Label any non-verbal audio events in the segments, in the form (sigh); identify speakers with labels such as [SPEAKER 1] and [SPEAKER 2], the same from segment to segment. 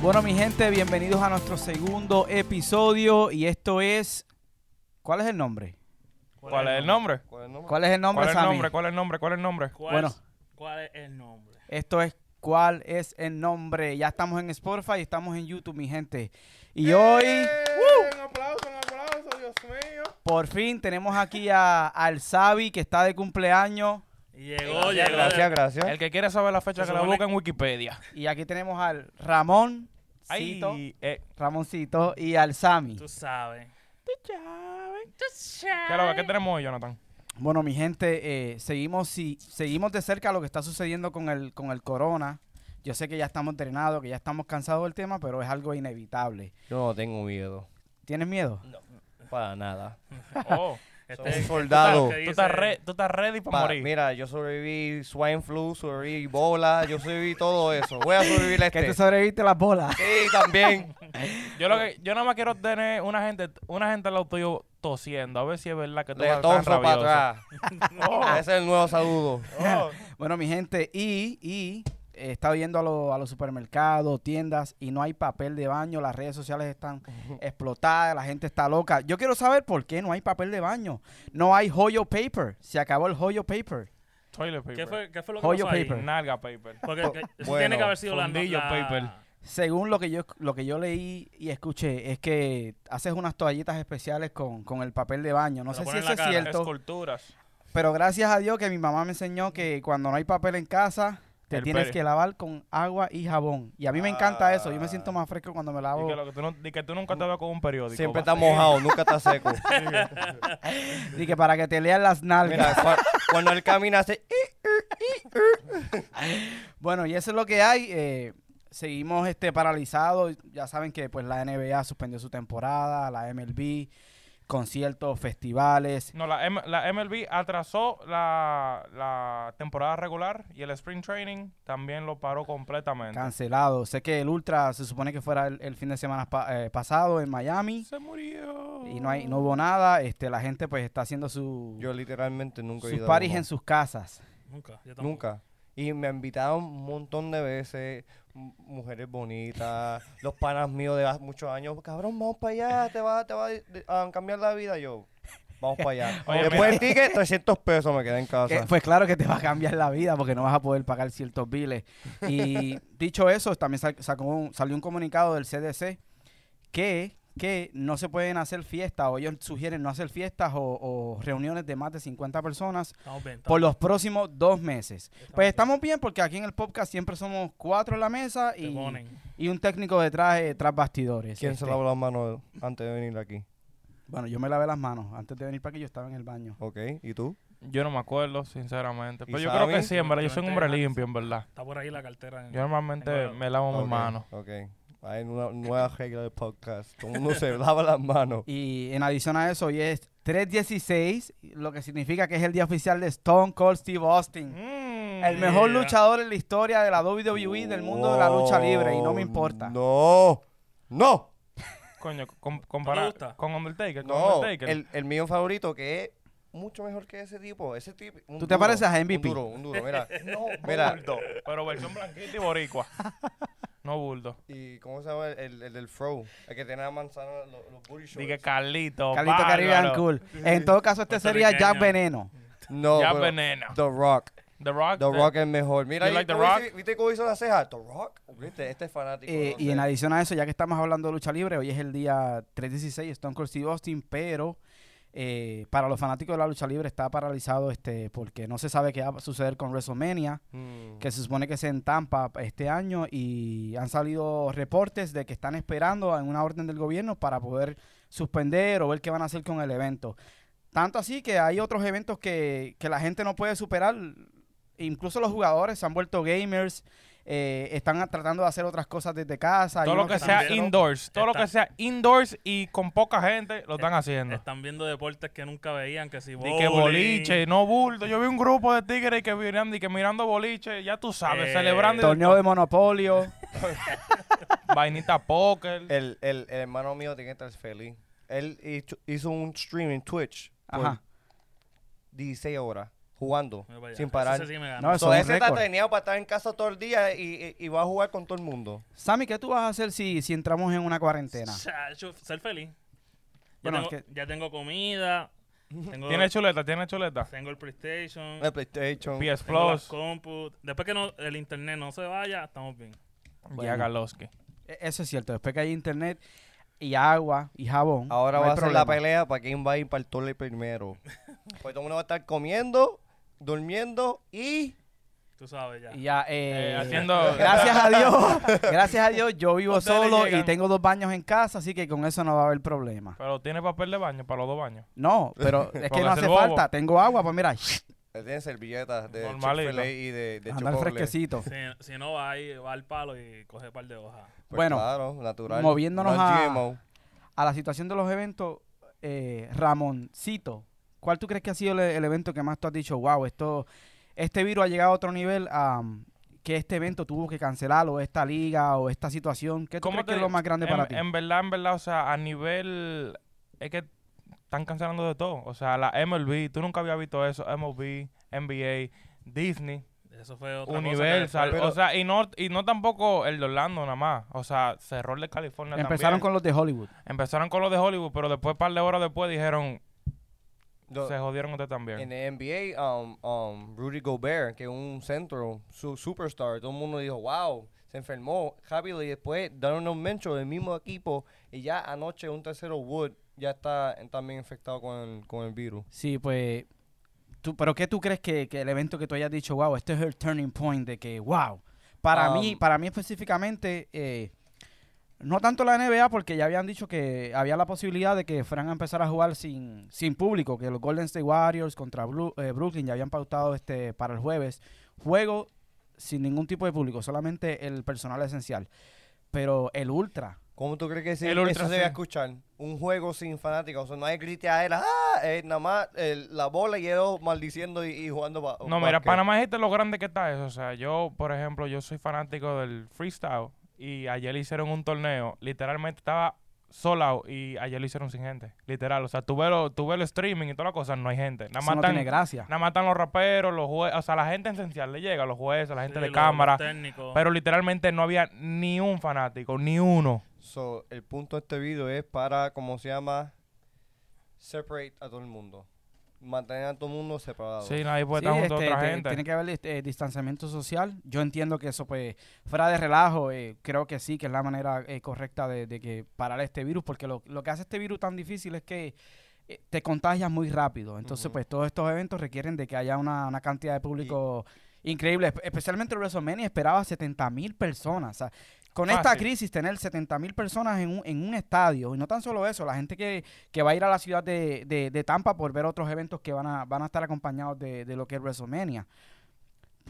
[SPEAKER 1] Bueno, mi gente, bienvenidos a nuestro segundo episodio y esto es... ¿Cuál es el nombre?
[SPEAKER 2] ¿Cuál es el nombre?
[SPEAKER 3] ¿Cuál es el nombre?
[SPEAKER 1] ¿Cuál es el nombre,
[SPEAKER 2] ¿Cuál es el
[SPEAKER 1] Sammy?
[SPEAKER 2] nombre? ¿Cuál es el nombre? ¿Cuál es el nombre?
[SPEAKER 4] ¿Cuál,
[SPEAKER 1] Bueno.
[SPEAKER 4] es, ¿Cuál es el nombre?
[SPEAKER 1] Esto es ¿Cuál es el nombre? Ya estamos en Spotify y estamos en YouTube, mi gente.
[SPEAKER 2] ¡Eh!
[SPEAKER 1] Y hoy...
[SPEAKER 3] ¡Woo! Un aplauso, un aplauso, Dios mío.
[SPEAKER 1] Por fin tenemos aquí a, al Xavi que está de cumpleaños
[SPEAKER 4] Y Llegó, llegó.
[SPEAKER 3] Gracias, gracias.
[SPEAKER 2] El que quiere saber la fecha
[SPEAKER 4] Se
[SPEAKER 2] que la
[SPEAKER 4] supone-
[SPEAKER 2] busca en Wikipedia.
[SPEAKER 1] y aquí tenemos al Ramón,
[SPEAKER 2] Ay, eh,
[SPEAKER 1] Ramoncito y al Sami.
[SPEAKER 4] Tú sabes.
[SPEAKER 2] ¿qué, lo- qué tenemos hoy, Jonathan?
[SPEAKER 1] Bueno, mi gente, eh, seguimos si seguimos de cerca lo que está sucediendo con el con el corona. Yo sé que ya estamos drenados, que ya estamos cansados del tema, pero es algo inevitable.
[SPEAKER 3] Yo no tengo miedo.
[SPEAKER 1] ¿Tienes miedo?
[SPEAKER 3] Para nada.
[SPEAKER 2] (laughs) Oh,
[SPEAKER 4] Este,
[SPEAKER 3] Soy un
[SPEAKER 4] tú
[SPEAKER 3] soldado.
[SPEAKER 4] sabes que
[SPEAKER 2] tú, estás
[SPEAKER 4] dice-
[SPEAKER 2] re- tú estás ready para
[SPEAKER 3] Pa-
[SPEAKER 2] morir.
[SPEAKER 3] mira, yo sobreviví swine flu, sobreviví bola, yo sobreviví todo eso. Voy a sobrevivir a
[SPEAKER 1] Que te
[SPEAKER 3] este.
[SPEAKER 1] sobreviviste las bolas.
[SPEAKER 3] Sí, también.
[SPEAKER 2] Yo, lo que, yo nada más quiero tener una gente una gente al lado tuyo tosiendo. A ver si es verdad que tú
[SPEAKER 3] Le
[SPEAKER 2] vas tan
[SPEAKER 3] toso para
[SPEAKER 2] rabioso.
[SPEAKER 3] atrás.
[SPEAKER 2] Oh,
[SPEAKER 3] Ese es el nuevo saludo.
[SPEAKER 2] oh.
[SPEAKER 1] (laughs) Bueno, mi gente, y, y eh, he estado yendo a, lo- a los supermercados, tiendas, y no hay papel de baño, las redes sociales están explotadas, la gente está loca. Yo quiero saber por qué no hay papel de baño. No hay hoyo paper. Se acabó el hoyo paper.
[SPEAKER 2] Toilet paper.
[SPEAKER 4] ¿Qué fue, qué fue lo que
[SPEAKER 1] Joyo
[SPEAKER 4] pasó ahí?
[SPEAKER 1] paper.
[SPEAKER 2] Nalga paper.
[SPEAKER 4] Porque que- eso
[SPEAKER 3] Bueno,
[SPEAKER 4] tiene que haber sido la...
[SPEAKER 2] fundillo
[SPEAKER 4] la-
[SPEAKER 2] paper.
[SPEAKER 1] Según lo que yo lo que yo leí y escuché, es que haces unas toallitas especiales con, con el papel de baño. No
[SPEAKER 4] Te
[SPEAKER 1] sé
[SPEAKER 4] lo
[SPEAKER 1] si
[SPEAKER 4] ponen en
[SPEAKER 1] eso
[SPEAKER 4] la
[SPEAKER 1] es
[SPEAKER 4] cara.
[SPEAKER 1] cierto,
[SPEAKER 2] Esculturas.
[SPEAKER 1] pero gracias a Dios que mi mamá me enseñó que cuando no hay papel en casa, te
[SPEAKER 2] El
[SPEAKER 1] tienes
[SPEAKER 2] pere.
[SPEAKER 1] que lavar con agua y jabón. Y a mí me encanta eso. Yo me siento más fresco cuando me
[SPEAKER 2] Y
[SPEAKER 1] lavo.
[SPEAKER 2] que, lo que tú no- y que tú nunca te vas con un periódico. va.
[SPEAKER 3] Siempre está mojado, nunca está seco.
[SPEAKER 1] Y que para que te lean las nalgas.
[SPEAKER 3] Mira, cua- cuando él camina hace...
[SPEAKER 1] Bueno, y eso es lo que hay. eh, seguimos este paralizados. Ya saben que pues la NBA suspendió su temporada, la MLB, conciertos, festivales.
[SPEAKER 2] No, la, M- la MLB atrasó la, la temporada regular y el sprint training también lo paró completamente.
[SPEAKER 1] Cancelado. Sé que el Ultra se supone que fuera el, el fin de semana pa- eh, pasado en Miami
[SPEAKER 2] Se murió.
[SPEAKER 1] y no hay no hubo nada. Este, la gente pues está haciendo su,
[SPEAKER 3] Yo literalmente nunca he
[SPEAKER 1] sus
[SPEAKER 3] ido a
[SPEAKER 1] parties
[SPEAKER 3] uno.
[SPEAKER 1] en sus casas.
[SPEAKER 4] Nunca. Yo tampoco.
[SPEAKER 3] Nunca. Y me invitaron un montón de veces, m- mujeres
[SPEAKER 1] (laughs)
[SPEAKER 3] bonitas, los panas míos de hace muchos años, cabrón, vamos para allá, te va, te va a cambiar la vida yo. Vamos
[SPEAKER 1] (laughs)
[SPEAKER 3] para allá.
[SPEAKER 2] Oye,
[SPEAKER 3] Después el ticket, 300 pesos me quedé en
[SPEAKER 1] Que,
[SPEAKER 3] casa.
[SPEAKER 1] pues claro que te va a cambiar la vida porque no vas a poder pagar ciertos biles.
[SPEAKER 3] (laughs)
[SPEAKER 1] Y dicho eso, también sa- sacó un- salió un comunicado del CDC que, que no se pueden hacer fiestas o ellos sugieren no hacer fiestas o, o reuniones de más de 50 personas
[SPEAKER 4] Estamos bien.
[SPEAKER 1] por
[SPEAKER 4] estamos-
[SPEAKER 1] los próximos dos meses. Pues
[SPEAKER 4] bien.
[SPEAKER 1] estamos bien porque aquí en el podcast siempre somos cuatro en la mesa
[SPEAKER 4] Te
[SPEAKER 1] y,
[SPEAKER 4] ponen.
[SPEAKER 1] y un técnico detrás, eh, tras bastidores.
[SPEAKER 3] ¿Quién
[SPEAKER 1] Este,
[SPEAKER 3] se lavó las manos antes de venir aquí?
[SPEAKER 1] Bueno, yo me lavé las manos antes de venir para aquí, yo estaba en el baño.
[SPEAKER 3] ¿Ok? ¿Y tú?
[SPEAKER 2] Yo no me acuerdo, sinceramente.
[SPEAKER 3] ¿Y
[SPEAKER 2] Pero yo
[SPEAKER 3] sabe?
[SPEAKER 2] creo que sí, en verdad. Yo soy un hombre
[SPEAKER 4] Simplemente-
[SPEAKER 2] limpio, en verdad.
[SPEAKER 4] Está por ahí la cartera. en-
[SPEAKER 2] Yo normalmente
[SPEAKER 4] Bueno.
[SPEAKER 2] me lavo
[SPEAKER 3] Ok,
[SPEAKER 2] mis manos.
[SPEAKER 3] Ok. Hay una nueva regla del podcast. Todo el mundo se lava
[SPEAKER 1] (laughs)
[SPEAKER 3] las manos.
[SPEAKER 1] Y en adición a eso, hoy es 316, lo que significa que es el día oficial de Stone Cold Steve Austin.
[SPEAKER 2] Mm,
[SPEAKER 4] Mm,
[SPEAKER 1] El mejor
[SPEAKER 4] yeah.
[SPEAKER 1] luchador en la historia de la WWE del mundo de la lucha libre, y no me
[SPEAKER 3] Oh,
[SPEAKER 1] importa.
[SPEAKER 3] No. No.
[SPEAKER 2] Coño, com- comparar
[SPEAKER 4] gusta?
[SPEAKER 2] con Undertaker. con
[SPEAKER 3] No,
[SPEAKER 2] Undertaker.
[SPEAKER 3] el, el mío favorito que es mucho mejor que ese tipo. Ese tipo. un
[SPEAKER 1] ¿Tú te pareces a MVP?
[SPEAKER 3] Un duro, un duro,
[SPEAKER 2] (laughs)
[SPEAKER 3] mira. mira.
[SPEAKER 2] Buldo, pero versión blanquita
[SPEAKER 1] (laughs)
[SPEAKER 2] y boricua. No buldo.
[SPEAKER 3] ¿Y cómo se llama el, el, el del Fro? El que tenía manzana, los, los booty shorts.
[SPEAKER 2] Dije Carlito.
[SPEAKER 1] Carlito Caribbean
[SPEAKER 2] bárbaro.
[SPEAKER 1] Cool. En todo caso, este sería Jack
[SPEAKER 4] Puertorriqueño.
[SPEAKER 1] Veneno.
[SPEAKER 3] No,
[SPEAKER 2] Ya
[SPEAKER 3] pero
[SPEAKER 2] veneno.
[SPEAKER 3] The Rock.
[SPEAKER 2] The Rock.
[SPEAKER 3] The Rock es mejor. Mira,
[SPEAKER 2] You
[SPEAKER 3] y
[SPEAKER 2] like The
[SPEAKER 3] cómo
[SPEAKER 2] Rock?
[SPEAKER 3] hizo- ¿viste cómo hizo la ceja? The Rock. ¿Viste? Este es fanático.
[SPEAKER 1] Eh,
[SPEAKER 3] no
[SPEAKER 1] y
[SPEAKER 3] sé.
[SPEAKER 1] en adición a eso, ya que estamos hablando de lucha libre, hoy es el día 316, Stone Cold Steve Austin, pero eh, para los fanáticos de la lucha libre está paralizado este porque no se sabe qué va a suceder con WrestleMania.
[SPEAKER 3] Mm.
[SPEAKER 1] que se supone que es en Tampa este año y han salido reportes de que están esperando en una orden del gobierno para poder suspender o ver qué van a hacer con el evento. Tanto así que hay otros eventos que, que la gente no puede superar, incluso los jugadores se han vuelto gamers, eh, están a- tratando de hacer otras cosas desde casa. hay
[SPEAKER 2] Todo lo
[SPEAKER 1] uno
[SPEAKER 2] que sea
[SPEAKER 4] también-
[SPEAKER 2] indoors. Todo lo
[SPEAKER 4] Está-
[SPEAKER 2] que sea indoors y con poca gente lo están haciendo.
[SPEAKER 4] Están viendo deportes que nunca veían, que si
[SPEAKER 2] Di que boliche, no bulto. Yo vi un grupo de tigres que mirando, y que mirando boliche, ya tú sabes,
[SPEAKER 4] Eh,
[SPEAKER 2] celebrando
[SPEAKER 1] Torneo de monopolio. (laughs)
[SPEAKER 2] vainita póker.
[SPEAKER 1] Eh,
[SPEAKER 3] El, el, el hermano mío tiene que estar feliz. Él hizo, hizo un stream en Twitch por
[SPEAKER 1] Ajá.
[SPEAKER 3] 16 horas jugando,
[SPEAKER 4] Mira para allá.
[SPEAKER 3] sin
[SPEAKER 4] Ese
[SPEAKER 3] parar.
[SPEAKER 4] sí me gana.
[SPEAKER 1] No, Ah, eso
[SPEAKER 3] So,
[SPEAKER 1] es un
[SPEAKER 3] ese está
[SPEAKER 1] récord.
[SPEAKER 3] tenido para estar en casa todo el día y, y- y va a jugar con todo el mundo.
[SPEAKER 1] Sammy, ¿qué tú vas a hacer si, si entramos en una cuarentena?
[SPEAKER 4] Chacho, ser feliz. Ya,
[SPEAKER 1] Bueno,
[SPEAKER 4] tengo,
[SPEAKER 1] es que-
[SPEAKER 4] ya tengo comida, tengo,
[SPEAKER 2] Tiene chuleta, tiene chuleta.
[SPEAKER 4] tengo el PlayStation,
[SPEAKER 3] El PlayStation.
[SPEAKER 2] PS
[SPEAKER 4] tengo las
[SPEAKER 2] Plus.
[SPEAKER 4] compu. Después que no, el internet no se vaya, estamos bien.
[SPEAKER 2] Ya Karlowski.
[SPEAKER 1] E- Eso es cierto. Después que hay internet y agua y jabón.
[SPEAKER 3] Ahora
[SPEAKER 1] no
[SPEAKER 3] va
[SPEAKER 1] hay
[SPEAKER 3] a ser la
[SPEAKER 1] problema.
[SPEAKER 3] pelea para quién va a ir para el toilet primero. pues todo el mundo va a estar comiendo, durmiendo y...
[SPEAKER 4] Tú sabes ya.
[SPEAKER 1] Y ya, eh,
[SPEAKER 2] Eh, haciendo-
[SPEAKER 1] Gracias
[SPEAKER 2] (laughs)
[SPEAKER 1] a Dios. gracias a Dios. Yo vivo
[SPEAKER 4] Ustedes
[SPEAKER 1] solo y
[SPEAKER 4] llegan.
[SPEAKER 1] tengo dos baños en casa, así que con eso no va a haber problema.
[SPEAKER 2] Pero tiene papel de baño para los dos baños.
[SPEAKER 1] No,
[SPEAKER 2] (laughs)
[SPEAKER 1] pero es que
[SPEAKER 2] Porque
[SPEAKER 1] no
[SPEAKER 2] es el
[SPEAKER 1] hace
[SPEAKER 2] bobo.
[SPEAKER 1] falta. Tengo agua, pues mira,
[SPEAKER 3] Tiene servilletas de
[SPEAKER 2] Normalito.
[SPEAKER 3] Chick-fil-A y de, de
[SPEAKER 1] andar
[SPEAKER 3] Chipotle.
[SPEAKER 1] fresquecito.
[SPEAKER 4] Si, si no, va ahí, va al palo y coge un par de hojas.
[SPEAKER 3] Pues
[SPEAKER 1] Bueno,
[SPEAKER 3] claro, natural.
[SPEAKER 1] moviéndonos
[SPEAKER 3] No
[SPEAKER 1] a-
[SPEAKER 3] GMO.
[SPEAKER 1] A la situación de los eventos, eh, Ramoncito, ¿cuál tú crees que ha sido el, el evento que más tú has dicho, wow, esto, este virus ha llegado a otro nivel, am, que este evento tuvo que cancelar o esta liga o esta situación? ¿Qué tú crees que es
[SPEAKER 2] digo?
[SPEAKER 1] lo más grande
[SPEAKER 2] en,
[SPEAKER 1] para ti?
[SPEAKER 2] En verdad, en verdad, o sea, a nivel. Es que están cancelando de todo. O sea, la MLB, tú nunca habías visto eso. MLB, NBA, Disney,
[SPEAKER 4] Eso fue otra cosa que
[SPEAKER 2] Universal.
[SPEAKER 4] después-
[SPEAKER 2] o sea, y no, y no tampoco el de Orlando nada más. O sea, cerró el de California
[SPEAKER 1] Empezaron
[SPEAKER 2] también.
[SPEAKER 1] con los de Hollywood.
[SPEAKER 2] Empezaron con los de Hollywood, pero después, par de horas después, dijeron,
[SPEAKER 3] Yo-
[SPEAKER 2] se jodieron ustedes también.
[SPEAKER 3] En el NBA, um, um, Rudy Gobert, que es un centro, su superstar, todo el mundo dijo, wow, se enfermó rápido y después daron un mencho del mismo equipo y ya anoche un tercero Wood ya está eh, también infectado con el, con el virus.
[SPEAKER 1] Sí, pues. Tú, ¿Pero qué tú crees que, que el evento que tú hayas dicho, wow, este es el turning point de que, wow? Para
[SPEAKER 3] Um,
[SPEAKER 1] mí, para mí específicamente, eh, no tanto la NBA, porque ya habían dicho que había la posibilidad de que fueran a empezar a jugar sin, sin público, que los Golden State Warriors contra Blu- eh, Brooklyn ya habían pautado este para el jueves. Juego sin ningún tipo de público, solamente el personal esencial. Pero el ultra,
[SPEAKER 3] ¿Cómo tú crees que se-
[SPEAKER 2] El
[SPEAKER 3] eso
[SPEAKER 2] ultra,
[SPEAKER 3] se va
[SPEAKER 2] sí.
[SPEAKER 3] a escuchar? Un juego sin fanáticos, o sea, no hay griteadera, ¡ah! eh, nada más eh, la bola y ellos maldiciendo y, y jugando ba-
[SPEAKER 2] No, mira,
[SPEAKER 3] básquet.
[SPEAKER 2] Panamá es este lo grande que está eso. O sea, yo, por ejemplo, yo soy fanático del freestyle y ayer le hicieron un torneo. Literalmente estaba solado y ayer lo hicieron sin gente. Literal. O sea, tú ves, lo, tú ves el streaming y todas las cosas, no hay gente. Nada
[SPEAKER 1] eso
[SPEAKER 2] más
[SPEAKER 1] no
[SPEAKER 2] están-
[SPEAKER 1] tiene gracia.
[SPEAKER 2] nada más están los raperos, los jueces. O sea, la gente esencial le llega, los jueces, la gente
[SPEAKER 4] Sí,
[SPEAKER 2] de
[SPEAKER 4] los-
[SPEAKER 2] cámara.
[SPEAKER 4] los técnicos.
[SPEAKER 2] Pero literalmente no había ni un fanático, ni uno.
[SPEAKER 3] So, el punto de este video es para, como se llama, separate a todo el mundo. Mantener a todo el mundo separado.
[SPEAKER 2] Sí, nadie puede
[SPEAKER 1] Sí,
[SPEAKER 2] estar junto
[SPEAKER 1] este,
[SPEAKER 2] a otra
[SPEAKER 1] te-
[SPEAKER 2] gente.
[SPEAKER 1] Tiene que haber este, distanciamiento social. Yo entiendo que eso, pues, fuera de relajo, eh, creo que sí, que es la manera eh, correcta de, de que parar este virus, porque lo, lo que hace este virus tan difícil es que eh, te contagias muy rápido. Entonces,
[SPEAKER 3] Ujú.
[SPEAKER 1] pues, todos estos eventos requieren de que haya una, una cantidad de público increíble. Espe- Especialmente el WrestleMania esperaba 70 mil personas. O sea, con esta
[SPEAKER 2] Fácil.
[SPEAKER 1] crisis, tener 70 mil personas en un, en un estadio, y no tan solo eso, la gente que, que va a ir a la ciudad de, de- de Tampa por ver otros eventos que van a, van a estar acompañados de, de lo que es WrestleMania.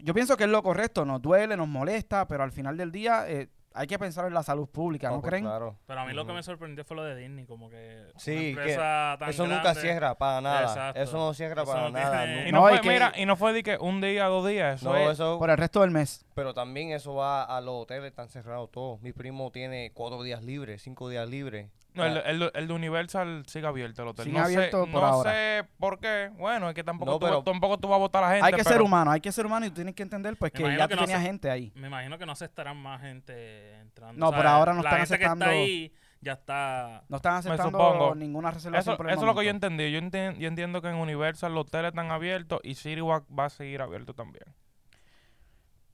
[SPEAKER 1] Yo pienso que es lo correcto, nos duele, nos molesta, pero al final del día eh, hay que pensar en la salud pública, ¿no
[SPEAKER 3] pues
[SPEAKER 1] creen?
[SPEAKER 3] Claro.
[SPEAKER 4] Pero a mí lo que
[SPEAKER 3] Ujú.
[SPEAKER 4] me sorprendió fue lo de Disney, como que
[SPEAKER 3] Sí,
[SPEAKER 4] una
[SPEAKER 3] que
[SPEAKER 4] empresa tan
[SPEAKER 3] Eso nunca
[SPEAKER 4] grande-
[SPEAKER 3] cierra para nada.
[SPEAKER 4] Exacto.
[SPEAKER 3] Eso no cierra
[SPEAKER 4] Eso
[SPEAKER 3] para
[SPEAKER 4] no
[SPEAKER 3] nada.
[SPEAKER 4] tiene-
[SPEAKER 2] Y
[SPEAKER 3] nunca.
[SPEAKER 2] no,
[SPEAKER 1] No, y
[SPEAKER 2] fue,
[SPEAKER 1] que-
[SPEAKER 2] mira, y no fue de que un día, dos días. (laughs) Eso
[SPEAKER 3] No,
[SPEAKER 2] es-
[SPEAKER 3] eso-
[SPEAKER 1] Por el resto del mes.
[SPEAKER 3] pero también eso va a los hoteles, están cerrados todos. Mi primo tiene cuatro días libres, cinco días libres.
[SPEAKER 2] No, el, el, el de Universal sigue abierto el hotel.
[SPEAKER 1] Ah. Sigue
[SPEAKER 2] no
[SPEAKER 1] abierto
[SPEAKER 2] sé,
[SPEAKER 1] por
[SPEAKER 2] no
[SPEAKER 1] ahora.
[SPEAKER 2] sé por qué. Bueno, es que tampoco,
[SPEAKER 3] No,
[SPEAKER 2] tú,
[SPEAKER 3] pero-
[SPEAKER 2] tampoco tú vas a votar a la gente.
[SPEAKER 1] Hay que ser
[SPEAKER 2] pero-
[SPEAKER 1] humano, hay que ser humano y tú tienes que entender pues
[SPEAKER 4] Me
[SPEAKER 1] que
[SPEAKER 4] imagino
[SPEAKER 1] ya
[SPEAKER 4] que
[SPEAKER 1] tú
[SPEAKER 4] no
[SPEAKER 1] tenías
[SPEAKER 4] se-
[SPEAKER 1] gente ahí.
[SPEAKER 4] Me imagino que no se estarán más gente entrando.
[SPEAKER 1] No,
[SPEAKER 4] O sea,
[SPEAKER 1] por ahora no
[SPEAKER 4] la
[SPEAKER 1] están
[SPEAKER 4] gente que
[SPEAKER 1] aceptando-
[SPEAKER 4] está ahí ya está...
[SPEAKER 1] No están aceptando
[SPEAKER 2] supongo.
[SPEAKER 1] ninguna reservación
[SPEAKER 2] Eso,
[SPEAKER 1] por
[SPEAKER 2] eso
[SPEAKER 1] el
[SPEAKER 2] es lo que yo
[SPEAKER 1] momento.
[SPEAKER 2] entendí. Yo, enten- yo entiendo que en Universal los hoteles están abiertos y Siri va, va a seguir abierto también.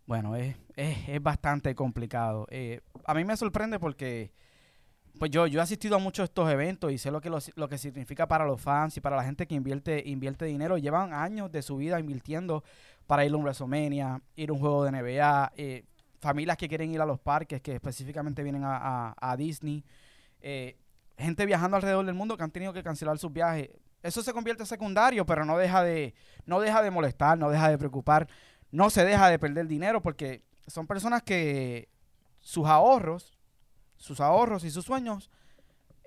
[SPEAKER 1] Bueno, es, es, es bastante complicado. Eh, a mí me sorprende porque pues yo, yo he asistido a muchos de estos eventos y sé lo que, los- lo, que significa para los fans y para la gente que invierte, invierte dinero. Llevan años de su vida invirtiendo para ir a un WrestleMania, ir a un juego de NBA, eh, familias que quieren ir a los parques, que específicamente vienen a, a- a Disney, eh, gente viajando alrededor del mundo que han tenido que cancelar sus viajes. Eso se convierte en secundario, pero no deja de, no deja de molestar, no deja de preocupar no se deja de perder dinero porque son personas que sus ahorros, sus ahorros y sus sueños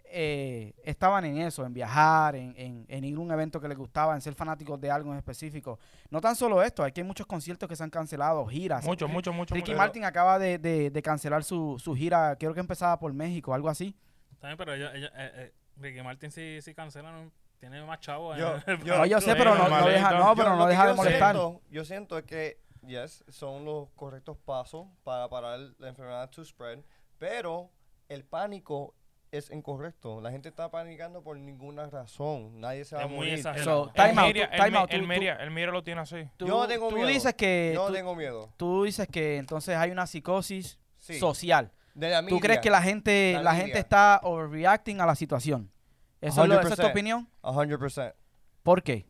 [SPEAKER 1] eh, estaban en eso, en viajar, en, en, en ir a un evento que les gustaba, en ser fanáticos de algo en específico. No tan solo esto, aquí hay muchos conciertos que se han cancelado, giras.
[SPEAKER 2] Mucho,
[SPEAKER 1] Ri-
[SPEAKER 2] mucho, mucho.
[SPEAKER 1] Ricky
[SPEAKER 2] mucho.
[SPEAKER 1] Martin acaba de, de- de cancelar su, su gira, creo que empezaba por México, algo así.
[SPEAKER 4] También, pero ellos, ellos- eh, eh, Ricky Martin sí, sí cancelaron tiene más chavos.
[SPEAKER 3] Yo-
[SPEAKER 4] (laughs) en el
[SPEAKER 3] yo-
[SPEAKER 1] No, yo sé, pero no, no
[SPEAKER 2] Normalito.
[SPEAKER 1] deja, no, pero
[SPEAKER 3] Yo-
[SPEAKER 1] no
[SPEAKER 3] lo que
[SPEAKER 1] deja de
[SPEAKER 3] yo
[SPEAKER 1] molestar.
[SPEAKER 3] siento- yo siento es que, yes, son los correctos pasos para parar la enfermedad to spread, pero el pánico es incorrecto. La gente está panicando por ninguna razón. Nadie se va
[SPEAKER 4] Es
[SPEAKER 3] a
[SPEAKER 4] muy
[SPEAKER 3] morir.
[SPEAKER 4] exagerado.
[SPEAKER 1] So,
[SPEAKER 4] El
[SPEAKER 1] time out,
[SPEAKER 2] Media-
[SPEAKER 1] tú- time
[SPEAKER 2] el,
[SPEAKER 1] out,
[SPEAKER 2] el
[SPEAKER 1] tú-
[SPEAKER 2] Media- el Media lo tiene así.
[SPEAKER 1] tú-
[SPEAKER 3] Yo no tengo
[SPEAKER 1] tú
[SPEAKER 3] miedo.
[SPEAKER 1] dices que
[SPEAKER 3] eh, Yo
[SPEAKER 1] Eh, tú,
[SPEAKER 3] tengo miedo.
[SPEAKER 1] tú dices que entonces hay una psicosis
[SPEAKER 3] Sí.
[SPEAKER 1] social.
[SPEAKER 3] De la
[SPEAKER 1] ¿Tú crees que la gente
[SPEAKER 3] La
[SPEAKER 1] la
[SPEAKER 3] media.
[SPEAKER 1] gente está overreacting a la situación? ¿Eso es lo- esa es tu
[SPEAKER 3] 100%.
[SPEAKER 1] opinión?
[SPEAKER 3] 100%.
[SPEAKER 1] ¿Por qué?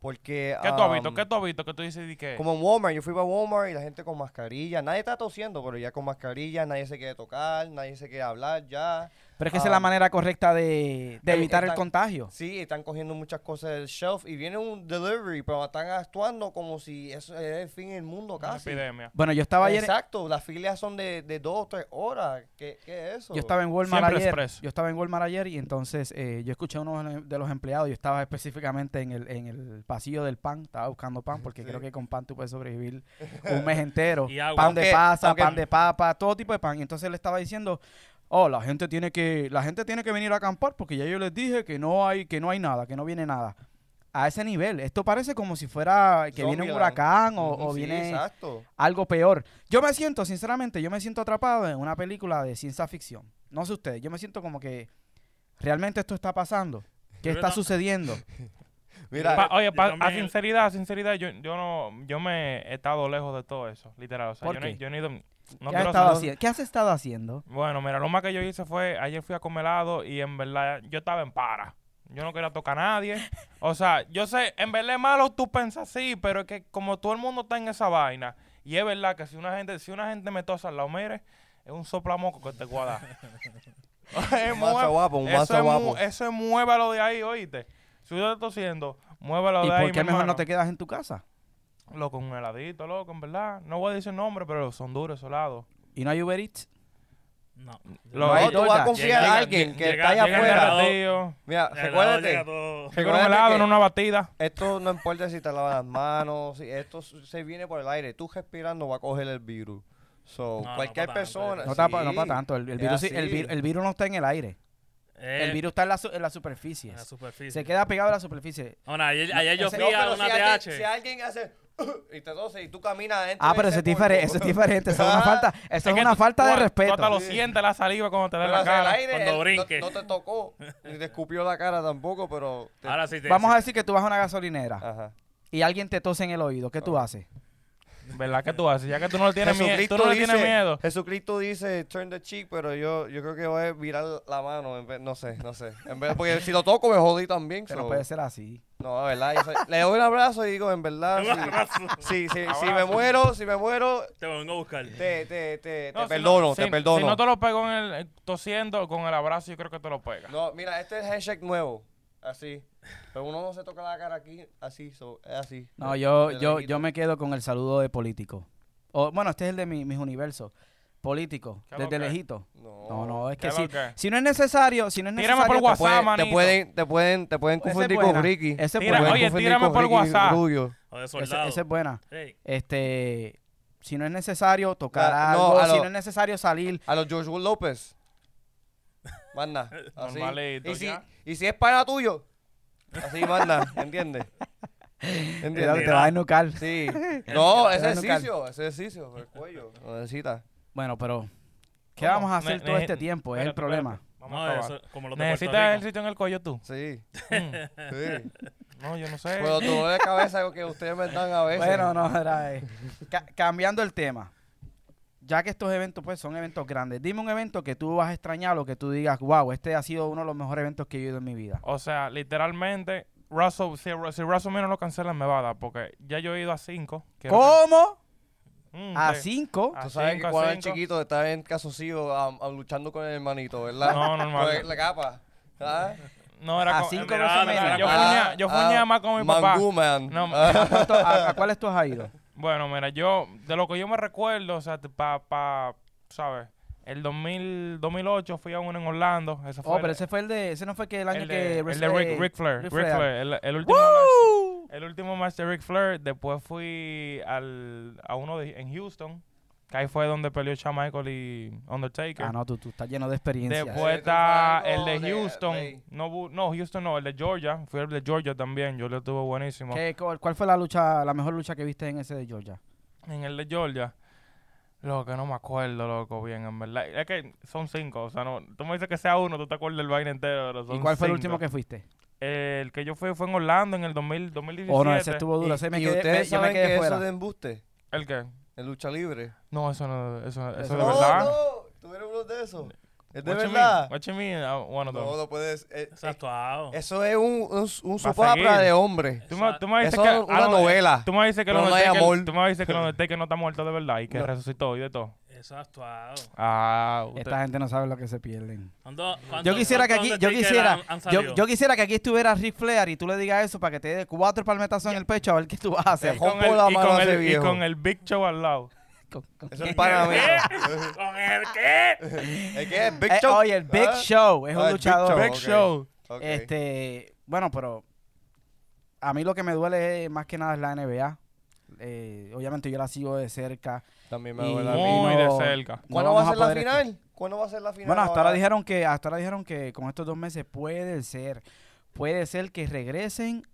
[SPEAKER 3] Porque...
[SPEAKER 2] ¿Qué tú
[SPEAKER 1] Ah,
[SPEAKER 2] has
[SPEAKER 1] mm.
[SPEAKER 2] visto?
[SPEAKER 3] um,
[SPEAKER 2] ¿Qué tú has visto? Que tú dices di que...
[SPEAKER 3] Como en Walmart, yo fui para Walmart y la gente con mascarilla. Nadie está tosiendo, pero ya con mascarilla, nadie se quiere tocar, nadie se quiere hablar ya.
[SPEAKER 1] Pero es que esa es la
[SPEAKER 3] Ah.
[SPEAKER 1] manera correcta de, de
[SPEAKER 3] Eh,
[SPEAKER 1] evitar el
[SPEAKER 3] están-
[SPEAKER 1] contagio.
[SPEAKER 3] Sí, están cogiendo muchas cosas del shelf y viene un delivery, pero están actuando como si eso era el fin del mundo
[SPEAKER 2] Una
[SPEAKER 3] casi.
[SPEAKER 2] epidemia.
[SPEAKER 1] Bueno, yo estaba ayer,
[SPEAKER 3] Exacto, las filas son de, de dos o tres horas. ¿Qué, qué es eso?
[SPEAKER 1] yo estaba en Walmart
[SPEAKER 2] Siempre
[SPEAKER 1] ayer,
[SPEAKER 2] expreso.
[SPEAKER 1] yo estaba en Walmart ayer y entonces eh, yo escuché a uno de los- de los empleados, yo estaba específicamente en el, en el pasillo del pan, estaba buscando pan porque
[SPEAKER 3] Sí.
[SPEAKER 1] creo que con pan tú puedes
[SPEAKER 3] (laughs)
[SPEAKER 1] sobrevivir un mes entero,
[SPEAKER 4] Y agua.
[SPEAKER 1] pan de
[SPEAKER 3] Aunque-
[SPEAKER 1] pasa,
[SPEAKER 3] aunque-
[SPEAKER 1] pan de papa, todo tipo de pan. Y entonces le estaba diciendo, "Oh, la gente tiene que la gente tiene que venir a acampar porque ya yo les dije que no hay que no hay nada, que no viene nada." A ese nivel, esto parece como si fuera que viene un
[SPEAKER 3] Zombieland.
[SPEAKER 1] huracán o, o
[SPEAKER 3] Sí,
[SPEAKER 1] viene
[SPEAKER 3] Exacto.
[SPEAKER 1] algo peor. Yo me siento, sinceramente, yo me siento atrapado en una película de ciencia ficción. No sé ustedes, yo me siento como que realmente esto está pasando. ¿Qué
[SPEAKER 4] Yo
[SPEAKER 1] está
[SPEAKER 4] no-
[SPEAKER 1] sucediendo?
[SPEAKER 3] Mira,
[SPEAKER 2] Pa- oye,
[SPEAKER 4] yo
[SPEAKER 2] pa- a
[SPEAKER 4] también-
[SPEAKER 2] sinceridad, a sinceridad, yo, yo no, yo me he estado lejos de todo eso, literal. O sea,
[SPEAKER 1] ¿Por
[SPEAKER 2] yo, no-
[SPEAKER 1] qué?
[SPEAKER 2] yo no he ido- no
[SPEAKER 1] ¿Qué, has
[SPEAKER 2] quiero
[SPEAKER 1] estado
[SPEAKER 2] hacer-
[SPEAKER 1] haci- qué has estado haciendo?
[SPEAKER 2] Bueno, mira, lo más que yo hice fue, ayer fui a comer helado y en verdad yo estaba en para. Yo no quería tocar a nadie. O sea, yo sé, en verdad es malo tú pensas así, pero es que como todo el mundo está en esa vaina, y es verdad que si una gente, si una gente me tosa al lado, mire, es un soplamoco que te
[SPEAKER 3] (laughs)
[SPEAKER 2] guarda.
[SPEAKER 3] un masa guapo, un
[SPEAKER 2] eso,
[SPEAKER 3] masa
[SPEAKER 2] es mu-
[SPEAKER 3] guapo.
[SPEAKER 2] eso es muévalo de ahí, oíste. Si usted está tosiendo, muévalo
[SPEAKER 1] ¿Y
[SPEAKER 2] de ahí.
[SPEAKER 1] por qué
[SPEAKER 2] mi
[SPEAKER 1] mejor no
[SPEAKER 2] hermano.
[SPEAKER 1] te quedas en tu casa?
[SPEAKER 2] Loco, un heladito, loco, en verdad. No voy a decir nombre, pero son duros esos helados.
[SPEAKER 1] ¿Y no hay Uber Eats?
[SPEAKER 4] No.
[SPEAKER 2] Lo-
[SPEAKER 3] no, ahí tú vas
[SPEAKER 1] Llega-
[SPEAKER 3] a confiar
[SPEAKER 4] llega-
[SPEAKER 3] a alguien que
[SPEAKER 4] llega-
[SPEAKER 3] está allá
[SPEAKER 4] llega
[SPEAKER 2] Llegan de
[SPEAKER 4] fuera.
[SPEAKER 3] afuera.
[SPEAKER 4] helado.
[SPEAKER 2] ratillo.
[SPEAKER 3] Mira,
[SPEAKER 4] El helado llega
[SPEAKER 3] recuérdate.
[SPEAKER 4] todo-
[SPEAKER 2] Yo quiero
[SPEAKER 3] Recuérdate
[SPEAKER 2] un helado en
[SPEAKER 3] que-
[SPEAKER 2] una batida.
[SPEAKER 3] Esto no importa si te lavas las manos, si esto s- se viene por el aire. Tú respirando va a coger el virus. So,
[SPEAKER 4] No, no
[SPEAKER 3] cualquier
[SPEAKER 4] pa' tanto,
[SPEAKER 3] persona.
[SPEAKER 1] No, está pa- no
[SPEAKER 3] sí.
[SPEAKER 1] para tanto. El, el
[SPEAKER 3] es
[SPEAKER 1] virus, sí- el,
[SPEAKER 3] así.
[SPEAKER 1] vir- el virus no está en el aire.
[SPEAKER 4] Eh,
[SPEAKER 1] el virus está en la, su- en la superficie.
[SPEAKER 4] en la superficie.
[SPEAKER 1] Se queda pegado a la superficie.
[SPEAKER 4] Ahora, ayer, ayer yo
[SPEAKER 3] Ese-
[SPEAKER 4] fui
[SPEAKER 3] no,
[SPEAKER 4] a
[SPEAKER 3] pero
[SPEAKER 4] una
[SPEAKER 3] si alguien-
[SPEAKER 4] TH.
[SPEAKER 3] si alguien hace (laughs) y te tose y tú caminas adentro.
[SPEAKER 1] Ah,
[SPEAKER 3] de
[SPEAKER 1] pero eso es diferente. Eso es
[SPEAKER 3] polvo.
[SPEAKER 1] diferente. Eso es una
[SPEAKER 3] Ah,
[SPEAKER 1] falta, eso (laughs) es
[SPEAKER 2] que
[SPEAKER 1] una
[SPEAKER 2] tú-
[SPEAKER 1] falta de
[SPEAKER 2] tú-
[SPEAKER 1] respeto.
[SPEAKER 2] Tú hasta lo
[SPEAKER 3] Sí.
[SPEAKER 2] sientes la saliva cuando te da en
[SPEAKER 3] (laughs) Pero
[SPEAKER 2] la
[SPEAKER 3] hacia el
[SPEAKER 2] cara.
[SPEAKER 3] aire,
[SPEAKER 4] cuando
[SPEAKER 3] él no-
[SPEAKER 4] brinque.
[SPEAKER 3] No, te
[SPEAKER 2] (laughs)
[SPEAKER 3] tocó, ni te escupió la cara tampoco, pero. te-
[SPEAKER 4] Ahora sí te
[SPEAKER 1] Vamos
[SPEAKER 4] (laughs)
[SPEAKER 1] a decir que tú vas a una gasolinera
[SPEAKER 3] Ajá.
[SPEAKER 1] y alguien te tose en el oído. ¿Qué tú haces?
[SPEAKER 2] ¿Verdad que tú haces? Ya que tú no le tienes miedo. Tú no le tienes
[SPEAKER 3] dice-
[SPEAKER 2] miedo.
[SPEAKER 3] Jesucristo dice turn the cheek, pero yo, yo creo que voy a virar la mano. en vez- no sé, no sé. En vez, porque si lo toco me jodí también.
[SPEAKER 1] Pero
[SPEAKER 3] so-
[SPEAKER 1] puede ser así.
[SPEAKER 3] No, de verdad, yo soy- le doy un abrazo y digo, en verdad,
[SPEAKER 4] Un abrazo.
[SPEAKER 2] (laughs)
[SPEAKER 3] si, si, si, si me
[SPEAKER 2] Abrazo.
[SPEAKER 3] muero, si me muero,
[SPEAKER 4] Te vengo a buscar.
[SPEAKER 3] te, te, te, te
[SPEAKER 2] No, si
[SPEAKER 3] perdono,
[SPEAKER 2] no-
[SPEAKER 3] te
[SPEAKER 2] si-
[SPEAKER 3] perdono.
[SPEAKER 2] Si no te lo pego en el, eh, tosiendo con el abrazo, yo creo que te lo pega.
[SPEAKER 3] No, mira, este es el handshake nuevo, así. Pero uno no se toca la cara aquí, así, so, es así.
[SPEAKER 1] No, yo,
[SPEAKER 3] De
[SPEAKER 1] yo,
[SPEAKER 3] lejitos.
[SPEAKER 1] yo me quedo con el saludo de político. O, bueno, este es el de mi- mis universos. Político,
[SPEAKER 2] ¿Qué
[SPEAKER 1] desde
[SPEAKER 2] lo que? Oh,
[SPEAKER 1] lejito.
[SPEAKER 3] No,
[SPEAKER 1] No, no, es que
[SPEAKER 2] ¿Qué
[SPEAKER 1] si,
[SPEAKER 2] lo que?
[SPEAKER 1] si no es necesario, si no es
[SPEAKER 2] Tírame
[SPEAKER 1] necesario...
[SPEAKER 2] por
[SPEAKER 1] te-
[SPEAKER 2] WhatsApp.
[SPEAKER 3] Puede- te
[SPEAKER 2] manito.
[SPEAKER 3] pueden, te pueden, te pueden
[SPEAKER 1] Esa es
[SPEAKER 3] confundir
[SPEAKER 1] buena,
[SPEAKER 3] con Ricky.
[SPEAKER 1] esa es
[SPEAKER 3] Te
[SPEAKER 2] Tira-
[SPEAKER 1] buena.
[SPEAKER 3] pueden
[SPEAKER 2] oye,
[SPEAKER 3] confundir
[SPEAKER 2] tírame
[SPEAKER 3] con
[SPEAKER 2] por
[SPEAKER 3] Ricky
[SPEAKER 2] WhatsApp.
[SPEAKER 3] Rubio.
[SPEAKER 4] O de soldado.
[SPEAKER 1] Esa, esa es buena.
[SPEAKER 4] Ey,
[SPEAKER 1] Este, si no es necesario tocar
[SPEAKER 3] La- no,
[SPEAKER 1] algo,
[SPEAKER 3] a
[SPEAKER 1] si
[SPEAKER 3] lo-
[SPEAKER 1] Ah, no es necesario salir...
[SPEAKER 3] A los George López.
[SPEAKER 2] (laughs)
[SPEAKER 3] Manda. Así.
[SPEAKER 2] Normalito,
[SPEAKER 3] y, si,
[SPEAKER 2] ya.
[SPEAKER 3] y si es para tuyo, así manda, ¿entiendes?
[SPEAKER 1] Cuidado,
[SPEAKER 3] ¿Entiendes?
[SPEAKER 1] te vas a enucar. (laughs)
[SPEAKER 3] Sí. No, es
[SPEAKER 1] Te vas a
[SPEAKER 3] ejercicio, es ejercicio, por el cuello. Lo necesita.
[SPEAKER 1] Bueno, pero... ¿Qué
[SPEAKER 2] ¿Cómo?
[SPEAKER 1] vamos a hacer
[SPEAKER 2] Ne-
[SPEAKER 1] todo
[SPEAKER 2] ne-
[SPEAKER 1] este tiempo? es el
[SPEAKER 2] espérate,
[SPEAKER 1] problema.
[SPEAKER 2] espérate. Vamos
[SPEAKER 4] no,
[SPEAKER 2] a acabar.
[SPEAKER 4] eso, como los de Puerto
[SPEAKER 2] ¿Necesitas
[SPEAKER 4] Rico.
[SPEAKER 2] ejercicio en el
[SPEAKER 4] (laughs)
[SPEAKER 2] cuello tú?
[SPEAKER 3] Sí.
[SPEAKER 2] Mm.
[SPEAKER 3] Sí.
[SPEAKER 2] No, yo no sé.
[SPEAKER 3] Pero tu dolor de cabeza que ustedes me dan a veces.
[SPEAKER 1] Bueno, no, era, eh, ca- cambiando el tema. Ya que estos eventos pues son eventos grandes, dime un evento que tú vas a extrañar o que tú digas, wow, este ha sido uno de los mejores eventos que yo he ido en mi vida.
[SPEAKER 2] O sea, literalmente, Russell, si, Ru- si Russell menos lo cancelan, me va a dar. Porque ya yo he ido a cinco. que-
[SPEAKER 1] ¿Cómo?
[SPEAKER 2] Mm,
[SPEAKER 1] ¿A
[SPEAKER 2] sí.
[SPEAKER 1] cinco?
[SPEAKER 2] A
[SPEAKER 3] Tú sabes
[SPEAKER 2] cinco,
[SPEAKER 3] que
[SPEAKER 2] a
[SPEAKER 3] cuando eres
[SPEAKER 2] cinco.
[SPEAKER 3] chiquito estás en casocillo am- am- luchando con el hermanito, ¿verdad?
[SPEAKER 2] No, normal.
[SPEAKER 3] (laughs) Con la capa. ¿Ah?
[SPEAKER 2] No, era
[SPEAKER 1] a
[SPEAKER 2] con-
[SPEAKER 1] cinco
[SPEAKER 2] eh,
[SPEAKER 1] veces
[SPEAKER 2] mira,
[SPEAKER 1] menos.
[SPEAKER 2] Yo
[SPEAKER 3] Ah,
[SPEAKER 2] fuñaba yo
[SPEAKER 3] ah,
[SPEAKER 2] fuñaba más con mi papá.
[SPEAKER 3] Mangú Man.
[SPEAKER 2] No,
[SPEAKER 1] (laughs)
[SPEAKER 3] Ah.
[SPEAKER 1] ¿A, cuánto- a- a cuáles tú has ido?
[SPEAKER 2] Bueno, mira, yo, de lo que yo me recuerdo, o sea, para, pa, ¿sabes? El 2000, 2008 fui a uno en Orlando. Ese (laughs) fue
[SPEAKER 1] Oh,
[SPEAKER 2] el-
[SPEAKER 1] pero ese fue el de, ese no fue que el año
[SPEAKER 2] el
[SPEAKER 1] que...
[SPEAKER 2] de, el de
[SPEAKER 1] eh,
[SPEAKER 2] Ric, Ric Flair.
[SPEAKER 1] Ric
[SPEAKER 2] Ric
[SPEAKER 1] Flair.
[SPEAKER 2] Flair, el, el último match,
[SPEAKER 1] ¡Woo!
[SPEAKER 2] el último match de Ric Flair. Después fui al, a uno de- en Houston. Que ahí fue donde peleó Shawn Michael y Undertaker.
[SPEAKER 1] Ah, no, tú, tú estás lleno de experiencia.
[SPEAKER 2] Después
[SPEAKER 3] Sí, tú
[SPEAKER 2] está
[SPEAKER 3] sabes,
[SPEAKER 2] el de
[SPEAKER 3] de-
[SPEAKER 2] Houston.
[SPEAKER 3] de-
[SPEAKER 2] no, bu- no, Houston no, el de Georgia. Fui el de Georgia también. Yo lo tuve buenísimo.
[SPEAKER 1] ¿Qué- cuál, cuál fue la lucha, la mejor lucha que viste en ese de Georgia?
[SPEAKER 2] En el de Georgia. Loco, no me acuerdo, loco, bien, en verdad. Es que son cinco, o sea, no, tú me dices que sea uno, tú te acuerdas del vaina entero, pero son
[SPEAKER 1] ¿Y cuál fue el
[SPEAKER 2] cinco.
[SPEAKER 1] último que fuiste?
[SPEAKER 2] El que yo fui fue en Orlando en el 2000, 2017.
[SPEAKER 1] Oh, no, ese estuvo duro.
[SPEAKER 3] Y,
[SPEAKER 1] Ese me
[SPEAKER 3] y
[SPEAKER 1] quedé, me-
[SPEAKER 3] ustedes
[SPEAKER 1] yo me
[SPEAKER 3] saben
[SPEAKER 1] quedé
[SPEAKER 3] que
[SPEAKER 1] fuera.
[SPEAKER 3] eso de embuste,
[SPEAKER 2] ¿El qué?
[SPEAKER 3] en lucha libre.
[SPEAKER 2] No, eso no, eso, eso, de
[SPEAKER 3] no,
[SPEAKER 2] verdad.
[SPEAKER 3] no, tú eres uno de esos. Es de
[SPEAKER 2] What you mean?
[SPEAKER 3] verdad.
[SPEAKER 2] What you mean? Ah, one of them.
[SPEAKER 3] No, no puedes. eh,
[SPEAKER 4] Eso es actuado.
[SPEAKER 3] eh, eso es un, un, un
[SPEAKER 2] Va a
[SPEAKER 3] sopapra
[SPEAKER 2] seguir.
[SPEAKER 3] de hombre.
[SPEAKER 2] Tú me, tú me dices
[SPEAKER 3] Eso
[SPEAKER 2] que
[SPEAKER 3] es una
[SPEAKER 2] ah, no,
[SPEAKER 3] novela.
[SPEAKER 2] Tú me dices que el
[SPEAKER 3] Pero no hay
[SPEAKER 2] Undertaker-
[SPEAKER 3] amor.
[SPEAKER 2] Tú me dices que el Undertaker no está muerto de verdad y que
[SPEAKER 3] No.
[SPEAKER 2] resucitó y de todo.
[SPEAKER 4] Eso es actuado.
[SPEAKER 2] Ah, usted-
[SPEAKER 1] Esta gente no sabe lo que se pierden.
[SPEAKER 4] ¿Cuándo- cuándo-
[SPEAKER 1] Yo quisiera que aquí,
[SPEAKER 4] cuándo
[SPEAKER 1] yo
[SPEAKER 4] Undertaker
[SPEAKER 1] quisiera,
[SPEAKER 4] han- han
[SPEAKER 1] yo,
[SPEAKER 4] salido?
[SPEAKER 1] yo quisiera que aquí estuviera Ric Flair y tú le digas eso para que te dé cuatro palmetazos en el pecho a ver qué tú vas a hacer.
[SPEAKER 2] y
[SPEAKER 3] Dejó
[SPEAKER 2] con el,
[SPEAKER 3] por la
[SPEAKER 2] y
[SPEAKER 3] mano
[SPEAKER 2] con
[SPEAKER 3] a ese
[SPEAKER 2] el- y
[SPEAKER 3] viejo.
[SPEAKER 2] con el Big Show al lado.
[SPEAKER 1] Con- con-
[SPEAKER 3] Eso
[SPEAKER 2] (laughs)
[SPEAKER 3] es para mí. (laughs)
[SPEAKER 4] ¿Con el qué?
[SPEAKER 3] ¿Es que es Big
[SPEAKER 1] Eh,
[SPEAKER 3] Show?
[SPEAKER 1] oye, el Big
[SPEAKER 3] Ah,
[SPEAKER 1] Show es
[SPEAKER 3] Ah,
[SPEAKER 1] un
[SPEAKER 3] el Big
[SPEAKER 1] luchador.
[SPEAKER 3] Show.
[SPEAKER 2] Big
[SPEAKER 3] ok.
[SPEAKER 2] Show.
[SPEAKER 3] ok.
[SPEAKER 1] Este, bueno, pero a mí lo que me duele eh, más que nada es la NBA. Eh, obviamente yo la sigo de cerca.
[SPEAKER 3] También
[SPEAKER 1] y-
[SPEAKER 3] me duele a mí.
[SPEAKER 2] Muy
[SPEAKER 1] no-
[SPEAKER 2] de cerca.
[SPEAKER 1] no
[SPEAKER 3] ¿Cuándo va
[SPEAKER 1] vamos
[SPEAKER 3] a ser la
[SPEAKER 1] poder, este,
[SPEAKER 3] final? ¿Cuándo va a ser la final?
[SPEAKER 1] Bueno, hasta ahora
[SPEAKER 3] ahora?
[SPEAKER 1] dijeron que hasta ahora dijeron que con estos dos meses puede ser, puede ser que regresen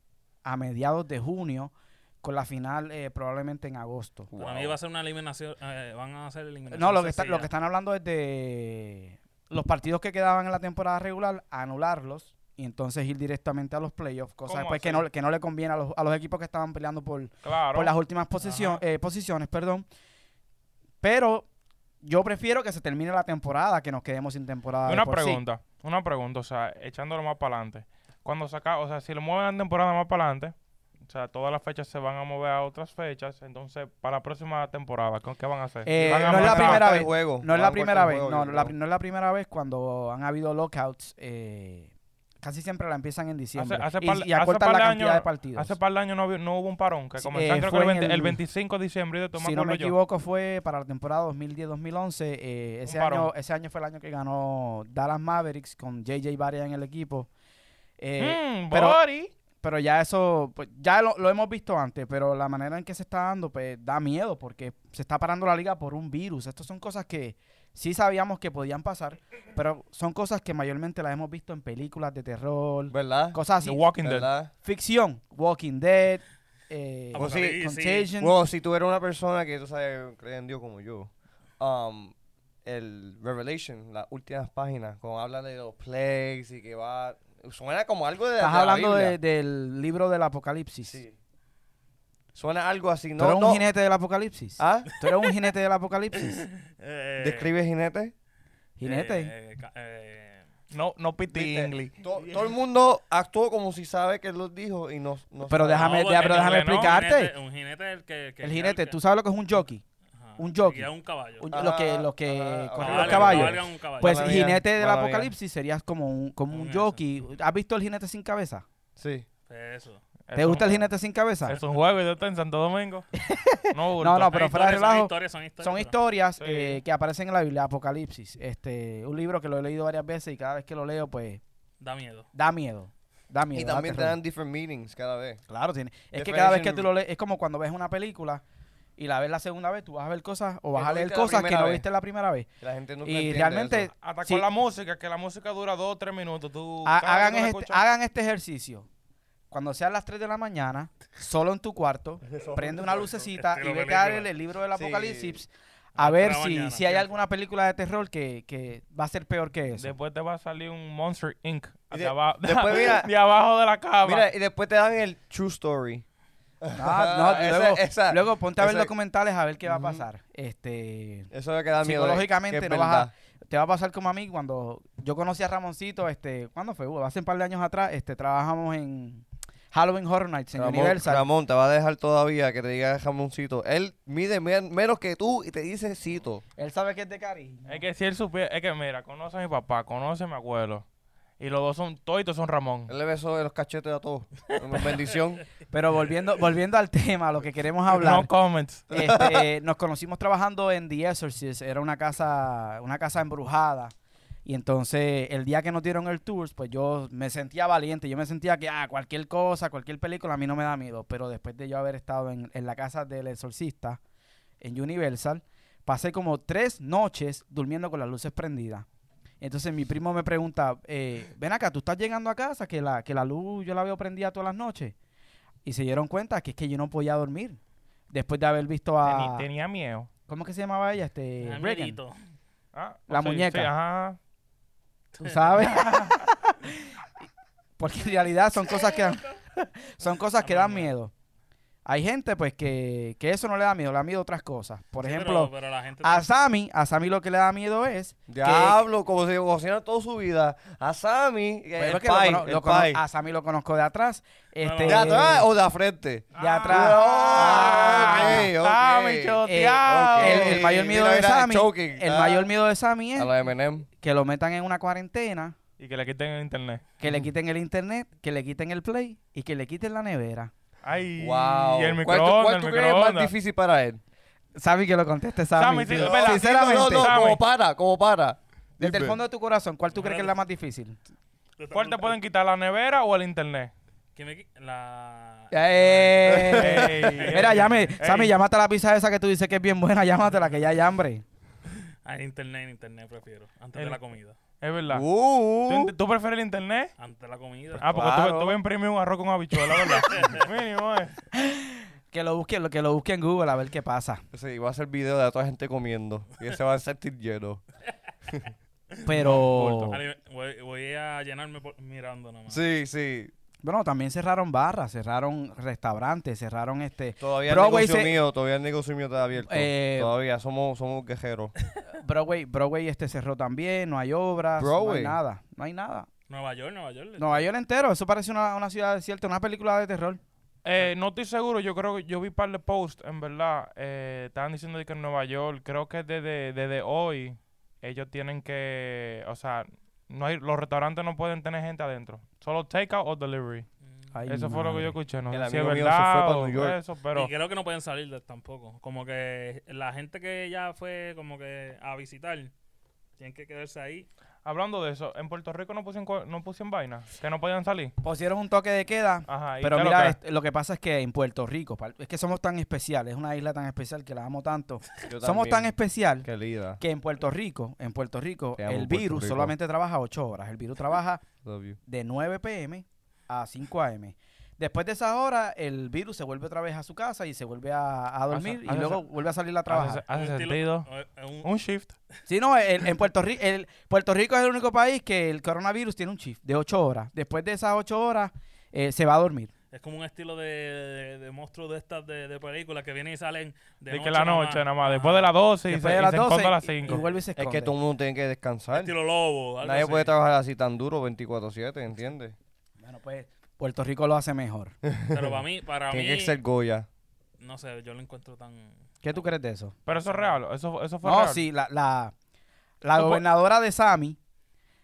[SPEAKER 1] a mediados de junio con la final eh, probablemente en agosto.
[SPEAKER 4] A mí va a ser una eliminación. eh, van a hacer eliminación.
[SPEAKER 1] No, lo que está,
[SPEAKER 4] sencilla.
[SPEAKER 1] lo que están hablando es de los partidos que quedaban en la temporada regular anularlos y entonces ir directamente a los playoffs, cosa
[SPEAKER 2] ¿Cómo
[SPEAKER 1] después que
[SPEAKER 2] así?
[SPEAKER 1] no, que no le conviene a los, a los equipos que estaban peleando por,
[SPEAKER 2] Claro.
[SPEAKER 1] por las últimas posicio- eh, posiciones, perdón. Pero yo prefiero que se termine la temporada, que nos quedemos sin temporada. de
[SPEAKER 2] una
[SPEAKER 1] por pues sí.
[SPEAKER 2] pregunta, una pregunta, o sea, echándolo más para adelante. Cuando saca, o sea, si lo mueven la temporada más para adelante, o sea, todas las fechas se van a mover a otras fechas, entonces para la próxima temporada, ¿con qué van a hacer?
[SPEAKER 1] Eh,
[SPEAKER 2] Van a
[SPEAKER 1] no es la
[SPEAKER 2] mandar-
[SPEAKER 1] primera
[SPEAKER 3] Corta el
[SPEAKER 1] vez,
[SPEAKER 3] juego,
[SPEAKER 1] No es
[SPEAKER 3] van
[SPEAKER 1] la
[SPEAKER 3] a
[SPEAKER 1] primera
[SPEAKER 3] cortar
[SPEAKER 1] vez,
[SPEAKER 3] el
[SPEAKER 1] no,
[SPEAKER 3] juego, yo
[SPEAKER 1] la, pri-
[SPEAKER 3] creo.
[SPEAKER 1] no es la primera vez cuando han habido lockouts. eh, casi siempre la empiezan en diciembre.
[SPEAKER 2] hace
[SPEAKER 1] y-
[SPEAKER 2] par-
[SPEAKER 1] y,
[SPEAKER 2] hace
[SPEAKER 1] acortan
[SPEAKER 2] par
[SPEAKER 1] la
[SPEAKER 2] de
[SPEAKER 1] cantidad
[SPEAKER 2] años-
[SPEAKER 1] de partidos.
[SPEAKER 2] Hace par de años no, había- no hubo un parón, que
[SPEAKER 1] Sí,
[SPEAKER 2] comenzó
[SPEAKER 1] eh,
[SPEAKER 2] creo que
[SPEAKER 1] fue
[SPEAKER 2] el,
[SPEAKER 1] en
[SPEAKER 2] 20 el
[SPEAKER 1] el-
[SPEAKER 2] 25 de diciembre y de tomar
[SPEAKER 1] si no me
[SPEAKER 2] yo.
[SPEAKER 1] equivoco, fue para la temporada 2010-2011. eh, ese,
[SPEAKER 2] Un parón.
[SPEAKER 1] año, ese año fue el año que ganó Dallas Mavericks con JJ Barea en el equipo. Eh,
[SPEAKER 2] Mm,
[SPEAKER 1] pero-
[SPEAKER 2] Bori.
[SPEAKER 1] Pero ya eso, pues, ya lo, lo hemos visto antes, pero la manera en que se está dando, pues da miedo porque se está parando la liga por un virus. Estas son cosas que sí sabíamos que podían pasar, pero son cosas que mayormente las hemos visto en películas de terror,
[SPEAKER 3] ¿Verdad?
[SPEAKER 1] cosas
[SPEAKER 2] The
[SPEAKER 1] así.
[SPEAKER 2] Walking Dead.
[SPEAKER 3] ¿Verdad?
[SPEAKER 1] Ficción, Walking Dead, eh,
[SPEAKER 4] Vamos a
[SPEAKER 3] Ah, pues, sí,
[SPEAKER 4] ver, Ah, sí.
[SPEAKER 1] Contagion.
[SPEAKER 3] Bueno, si tú eres una persona que, tú sabes, cree en Dios como yo, um, el Revelation, las últimas páginas, como hablan de los plagues y que va... Suena como algo de,
[SPEAKER 1] Estás
[SPEAKER 3] de la
[SPEAKER 1] hablando de-
[SPEAKER 3] Biblia.
[SPEAKER 1] del libro del apocalipsis.
[SPEAKER 3] Sí. Suena algo así,
[SPEAKER 1] ¿Tú eres
[SPEAKER 3] ¿no?
[SPEAKER 1] un
[SPEAKER 3] no.
[SPEAKER 1] jinete del apocalipsis?
[SPEAKER 3] ¿Ah?
[SPEAKER 1] ¿Tú eres un jinete del
[SPEAKER 3] (coughs)
[SPEAKER 1] apocalipsis?
[SPEAKER 4] Eh,
[SPEAKER 3] ¿Describe jinete?
[SPEAKER 1] ¿Jinete?
[SPEAKER 4] eh, ca- eh,
[SPEAKER 2] No, no piti
[SPEAKER 3] Viste,
[SPEAKER 2] inglés.
[SPEAKER 3] to- todo el mundo actuó como si sabe que los dijo y no, no
[SPEAKER 1] Pero
[SPEAKER 3] sabe.
[SPEAKER 1] déjame-
[SPEAKER 4] no,
[SPEAKER 1] ya, pero
[SPEAKER 4] porque
[SPEAKER 1] déjame
[SPEAKER 4] un jinete-
[SPEAKER 1] explicarte.
[SPEAKER 4] Un jinete, el que. que-
[SPEAKER 1] el jinete,
[SPEAKER 4] el que-
[SPEAKER 1] ¿tú sabes lo que es un jockey?
[SPEAKER 4] ajá,
[SPEAKER 1] un jockey.
[SPEAKER 4] que guía un caballo.
[SPEAKER 1] Un-
[SPEAKER 3] Ajá,
[SPEAKER 1] los que, los que
[SPEAKER 3] ajá,
[SPEAKER 1] corren
[SPEAKER 3] ajá.
[SPEAKER 1] los
[SPEAKER 4] Cabalga-
[SPEAKER 1] caballos.
[SPEAKER 4] cabalga un caballo.
[SPEAKER 1] Pues
[SPEAKER 3] Mala vida,
[SPEAKER 1] jinete del
[SPEAKER 3] mala vida.
[SPEAKER 1] apocalipsis serías como un, como
[SPEAKER 4] Un
[SPEAKER 1] un
[SPEAKER 4] eso.
[SPEAKER 1] jockey. ¿Has visto el jinete sin cabeza?
[SPEAKER 3] Sí.
[SPEAKER 4] Pues eso.
[SPEAKER 1] ¿Te gusta el jinete sin cabeza?
[SPEAKER 2] Es un juego y yo estoy en Santo
[SPEAKER 1] (laughs)
[SPEAKER 2] Domingo.
[SPEAKER 1] No,
[SPEAKER 2] No,
[SPEAKER 1] no,
[SPEAKER 2] bulto.
[SPEAKER 1] pero
[SPEAKER 4] Hay
[SPEAKER 1] fuera de
[SPEAKER 4] historias,
[SPEAKER 1] relajo,
[SPEAKER 4] Son historias, son historias.
[SPEAKER 1] Son historias
[SPEAKER 2] Sí.
[SPEAKER 1] eh, que aparecen en la Biblia, Apocalipsis. Este, un libro que lo he leído varias veces y cada vez que lo leo, pues,
[SPEAKER 4] Da miedo.
[SPEAKER 1] da miedo. Da miedo.
[SPEAKER 3] Y
[SPEAKER 1] da
[SPEAKER 3] también te
[SPEAKER 1] terror.
[SPEAKER 3] dan different meanings cada vez.
[SPEAKER 1] Claro, tiene. Es que
[SPEAKER 3] Definition-
[SPEAKER 1] cada vez que tú lo lees, es como cuando ves una película y la ves la segunda vez, tú vas a ver cosas o vas
[SPEAKER 3] Que
[SPEAKER 1] a
[SPEAKER 3] no
[SPEAKER 1] leer
[SPEAKER 3] viste la
[SPEAKER 1] cosas que
[SPEAKER 3] primera
[SPEAKER 1] no
[SPEAKER 3] vez.
[SPEAKER 1] viste la primera vez.
[SPEAKER 3] Que La gente no
[SPEAKER 1] Y
[SPEAKER 3] entiende
[SPEAKER 1] realmente,
[SPEAKER 3] eso.
[SPEAKER 2] Hasta
[SPEAKER 1] Sí.
[SPEAKER 2] con la música, que la música dura dos o tres minutos. Tú,
[SPEAKER 1] Ha-
[SPEAKER 2] cada
[SPEAKER 1] hagan,
[SPEAKER 2] vez que tú la
[SPEAKER 1] este,
[SPEAKER 2] escuchas-
[SPEAKER 1] hagan este ejercicio. Cuando sean las 3 de la mañana, solo en tu
[SPEAKER 4] (laughs)
[SPEAKER 1] cuarto, prende una lucecita y
[SPEAKER 4] Estilo
[SPEAKER 1] vete a leer
[SPEAKER 4] película.
[SPEAKER 1] el libro del
[SPEAKER 3] Sí.
[SPEAKER 1] Apocalipsis a
[SPEAKER 4] A las
[SPEAKER 1] ver
[SPEAKER 4] tres de la
[SPEAKER 1] si,
[SPEAKER 4] mañana,
[SPEAKER 1] si hay
[SPEAKER 4] pienso.
[SPEAKER 1] alguna película de terror que, que va a ser peor que eso.
[SPEAKER 2] Después te va a salir un Monster Inc.
[SPEAKER 3] Y
[SPEAKER 2] de,
[SPEAKER 3] de-
[SPEAKER 2] aba-
[SPEAKER 3] después, mira-
[SPEAKER 2] (laughs) de abajo de la cama.
[SPEAKER 3] Mira, y después te dan el true story.
[SPEAKER 1] Ah, no,
[SPEAKER 3] (laughs) Esa-
[SPEAKER 1] luego,
[SPEAKER 3] esa-
[SPEAKER 1] luego ponte a ver
[SPEAKER 3] esa-
[SPEAKER 1] documentales a ver qué va a
[SPEAKER 3] Ujú.
[SPEAKER 1] pasar. Este,
[SPEAKER 3] Eso es lo que da miedo. eh,
[SPEAKER 1] Psicológicamente
[SPEAKER 3] que es
[SPEAKER 1] no vas a-
[SPEAKER 3] verdad.
[SPEAKER 1] te va a pasar como a mí cuando yo conocí a Ramoncito, este, ¿cuándo fue? Uh, hace un par de años atrás, este, trabajamos en Halloween Horror Nights en
[SPEAKER 3] Ramón,
[SPEAKER 1] Universal.
[SPEAKER 3] Ramón, te va a dejar todavía que te diga Ramoncito. Él mide me- menos que tú y te dice cito.
[SPEAKER 1] Él sabe que es de Cari.
[SPEAKER 2] Es que si él supiera, es que mira, conoce a mi papá, conoce a mi abuelo. Y los dos son, toditos son Ramón.
[SPEAKER 3] Él le besó en los cachetes a todos.
[SPEAKER 1] (laughs)
[SPEAKER 3] Bendición.
[SPEAKER 1] Pero volviendo, volviendo al (laughs) tema, a lo que queremos hablar.
[SPEAKER 2] No comments.
[SPEAKER 1] Este, nos conocimos trabajando en The Exorcist, era una casa, una casa embrujada. Y entonces, el día que nos dieron el tour, pues yo me sentía valiente, yo me sentía que ah, cualquier cosa, cualquier película a mí no me da miedo, pero después de yo haber estado en, en la casa del exorcista en Universal, pasé como tres noches durmiendo con las luces prendidas. Entonces mi primo me pregunta, eh, ven acá, tú estás llegando a casa que la, que la luz yo la veo prendida todas las noches. Y se dieron cuenta que es que yo no podía dormir después de haber visto
[SPEAKER 3] Ah.
[SPEAKER 1] a...
[SPEAKER 2] Teni- tenía miedo.
[SPEAKER 1] ¿Cómo que se llamaba ella? Este,
[SPEAKER 4] Ah,
[SPEAKER 1] Reagan.
[SPEAKER 4] miedito.
[SPEAKER 2] Ah,
[SPEAKER 1] La
[SPEAKER 2] sí,
[SPEAKER 1] muñeca.
[SPEAKER 2] sí, ajá, ajá.
[SPEAKER 1] ¿Tú sabes? (laughs) Porque en realidad son cosas que (laughs) son cosas que dan miedo. Hay gente pues que, que eso no le da miedo, le da miedo otras cosas. Por
[SPEAKER 4] Sí,
[SPEAKER 1] ejemplo, ah,
[SPEAKER 4] pero, pero la gente
[SPEAKER 1] a Sammy, a Sammy lo que le da miedo es que-
[SPEAKER 3] Diablo, como se cocina toda su vida. A Sammy, eh,
[SPEAKER 1] Pero
[SPEAKER 3] el
[SPEAKER 1] es que eh, lo
[SPEAKER 3] pai,
[SPEAKER 1] cono-
[SPEAKER 3] el
[SPEAKER 1] lo cono-
[SPEAKER 3] pai.
[SPEAKER 1] a Sammy lo conozco de atrás. Este,
[SPEAKER 3] ¿De atrás o de la frente?
[SPEAKER 1] de atrás. Ah,
[SPEAKER 3] Ah, ok, ok.
[SPEAKER 2] Ah, mi choteado.
[SPEAKER 3] ok.
[SPEAKER 1] el, el mayor miedo
[SPEAKER 3] Mira,
[SPEAKER 1] de
[SPEAKER 3] mira,
[SPEAKER 1] Sammy,
[SPEAKER 3] choking.
[SPEAKER 1] el
[SPEAKER 3] Ah.
[SPEAKER 1] mayor miedo de Sammy es
[SPEAKER 3] A la Eminem.
[SPEAKER 1] que lo metan en una cuarentena,
[SPEAKER 2] Y que le quiten el internet.
[SPEAKER 1] que le quiten el internet, que le quiten el play y que le quiten la nevera.
[SPEAKER 2] Ay,
[SPEAKER 3] Wow.
[SPEAKER 2] y el
[SPEAKER 3] ¿Cuál tú-
[SPEAKER 2] microondas,
[SPEAKER 3] ¿Cuál,
[SPEAKER 2] el
[SPEAKER 3] tú crees es más
[SPEAKER 2] microondas.
[SPEAKER 3] difícil para él?
[SPEAKER 1] Sammy que lo conteste Sammy.
[SPEAKER 2] Sammy, sí,
[SPEAKER 1] tío.
[SPEAKER 2] vela.
[SPEAKER 1] Sinceramente,
[SPEAKER 3] No, no, no,
[SPEAKER 2] Sammy.
[SPEAKER 3] como para, como para.
[SPEAKER 1] desde el
[SPEAKER 3] Dime.
[SPEAKER 1] fondo de tu corazón, ¿cuál tú crees que es la más
[SPEAKER 2] (laughs)
[SPEAKER 1] difícil?
[SPEAKER 4] te está
[SPEAKER 2] ¿Cuál te
[SPEAKER 4] preguntando-
[SPEAKER 2] pueden quitar, la nevera o el internet?
[SPEAKER 4] que me qui- la...
[SPEAKER 1] Eh,
[SPEAKER 2] Ey,
[SPEAKER 1] Mira,
[SPEAKER 2] ey,
[SPEAKER 1] llame,
[SPEAKER 2] ey.
[SPEAKER 1] Sammy, llámate a la pizza esa que tú dices que es bien buena, (laughs) llámatela que ya hay hambre.
[SPEAKER 4] Ah, el internet, el internet prefiero. Antes
[SPEAKER 2] El-
[SPEAKER 4] de la comida.
[SPEAKER 2] Es verdad.
[SPEAKER 3] Uh,
[SPEAKER 2] ¿Tú, int- tú prefieres el internet?
[SPEAKER 4] Antes de la comida.
[SPEAKER 2] Ah, porque tú,
[SPEAKER 3] Claro.
[SPEAKER 2] tú vas a imprimir un arroz con habichuela, ¿verdad? (laughs) Mínimo, eh.
[SPEAKER 1] Que lo busque, lo- que lo busque en Google a ver qué pasa.
[SPEAKER 3] Sí, va a hacer video de otra gente comiendo. Y ese va a sentir lleno.
[SPEAKER 1] Pero
[SPEAKER 4] Ale- Voy, voy a llenarme por- mirando nomás.
[SPEAKER 3] Sí, sí.
[SPEAKER 1] bueno, también cerraron barras, cerraron restaurantes, cerraron este
[SPEAKER 3] Todavía
[SPEAKER 1] Broadway
[SPEAKER 3] el negocio
[SPEAKER 1] se-
[SPEAKER 3] mío, todavía el negocio mío está abierto.
[SPEAKER 1] Eh,
[SPEAKER 3] todavía somos, somos
[SPEAKER 1] (laughs)
[SPEAKER 3] guerreros.
[SPEAKER 1] Broadway, Broadway este cerró también, no hay obras, no hay
[SPEAKER 3] Broadway.
[SPEAKER 1] nada, no hay nada.
[SPEAKER 4] Nueva York, Nueva York.
[SPEAKER 1] Nueva York entero, eso parece una, una ciudad desierta, una película de terror.
[SPEAKER 2] Eh, no estoy seguro, yo creo que yo vi un par de posts, en verdad. Eh, estaban diciendo de que en Nueva York, creo que desde, desde hoy, ellos tienen que. O sea, no hay, los restaurantes no pueden tener gente adentro. Solo takeout o delivery.
[SPEAKER 1] Ay,
[SPEAKER 2] eso fue lo que
[SPEAKER 1] madre.
[SPEAKER 2] yo escuché, no
[SPEAKER 3] El
[SPEAKER 2] sé si es
[SPEAKER 3] amigo mío se
[SPEAKER 2] verdad
[SPEAKER 3] fue para
[SPEAKER 2] o
[SPEAKER 3] New York.
[SPEAKER 2] eso, pero.
[SPEAKER 4] y creo que no pueden salir de- tampoco. Como que la gente que ya fue como que a visitar, tienen que quedarse ahí.
[SPEAKER 2] Hablando de eso, en Puerto Rico no pusieron, co- no pusieron vaina, que no podían salir.
[SPEAKER 1] Pusieron un toque de queda,
[SPEAKER 2] Ajá, y
[SPEAKER 1] Pero
[SPEAKER 2] claro
[SPEAKER 1] mira,
[SPEAKER 2] que-
[SPEAKER 1] este, lo que pasa es que en Puerto Rico, pal- es que somos tan especiales, es una isla tan especial que la amo tanto.
[SPEAKER 3] Yo
[SPEAKER 1] Somos tan
[SPEAKER 3] también.
[SPEAKER 1] especial
[SPEAKER 3] Querida.
[SPEAKER 1] que en Puerto Rico, en Puerto Rico,
[SPEAKER 3] Te amo,
[SPEAKER 1] el
[SPEAKER 3] Puerto
[SPEAKER 1] virus
[SPEAKER 3] Rico.
[SPEAKER 1] solamente trabaja 8 horas. El virus trabaja
[SPEAKER 3] Love you.
[SPEAKER 1] de 9 pm a 5 am. Después de esa hora, el virus se vuelve otra vez a su casa y se vuelve a, a dormir y
[SPEAKER 2] hace-
[SPEAKER 1] luego vuelve a salir a
[SPEAKER 2] hace,
[SPEAKER 1] trabajar.
[SPEAKER 2] hace
[SPEAKER 4] Un estilo-
[SPEAKER 2] sentido.
[SPEAKER 4] o- es un-
[SPEAKER 2] Un shift.
[SPEAKER 1] Sí, no, el- en Puerto Rico, el, Puerto Rico es el único país que el coronavirus tiene un shift de 8 horas. Después de esas 8 horas, eh, se va a dormir.
[SPEAKER 4] es como un estilo de, de, de monstruos de estas de, de películas que vienen y salen de,
[SPEAKER 2] De, que la noche nada más, después
[SPEAKER 4] Ajá.
[SPEAKER 2] de las 12 y
[SPEAKER 1] Después
[SPEAKER 2] se,
[SPEAKER 1] de
[SPEAKER 2] y
[SPEAKER 1] las
[SPEAKER 2] se encontra
[SPEAKER 1] 12
[SPEAKER 2] a las
[SPEAKER 1] y-
[SPEAKER 2] 5.
[SPEAKER 1] y vuelve y se
[SPEAKER 3] Es que
[SPEAKER 1] esconde.
[SPEAKER 3] todo el mundo tiene que descansar.
[SPEAKER 4] Estilo lobo. algo
[SPEAKER 3] Nadie
[SPEAKER 4] así.
[SPEAKER 3] puede trabajar así tan duro 24-7, ¿entiendes?
[SPEAKER 1] Bueno, pues Puerto Rico lo hace mejor.
[SPEAKER 4] Pero para mí, para
[SPEAKER 3] (laughs) Tiene
[SPEAKER 4] mí,
[SPEAKER 3] que ser Goya.
[SPEAKER 4] no sé, yo lo encuentro tan...
[SPEAKER 1] ¿Qué tú crees de eso?
[SPEAKER 2] Pero eso es real, eso, eso fue
[SPEAKER 1] No,
[SPEAKER 2] real.
[SPEAKER 1] sí, la, la, la
[SPEAKER 2] Tú po-
[SPEAKER 1] gobernadora de Sami,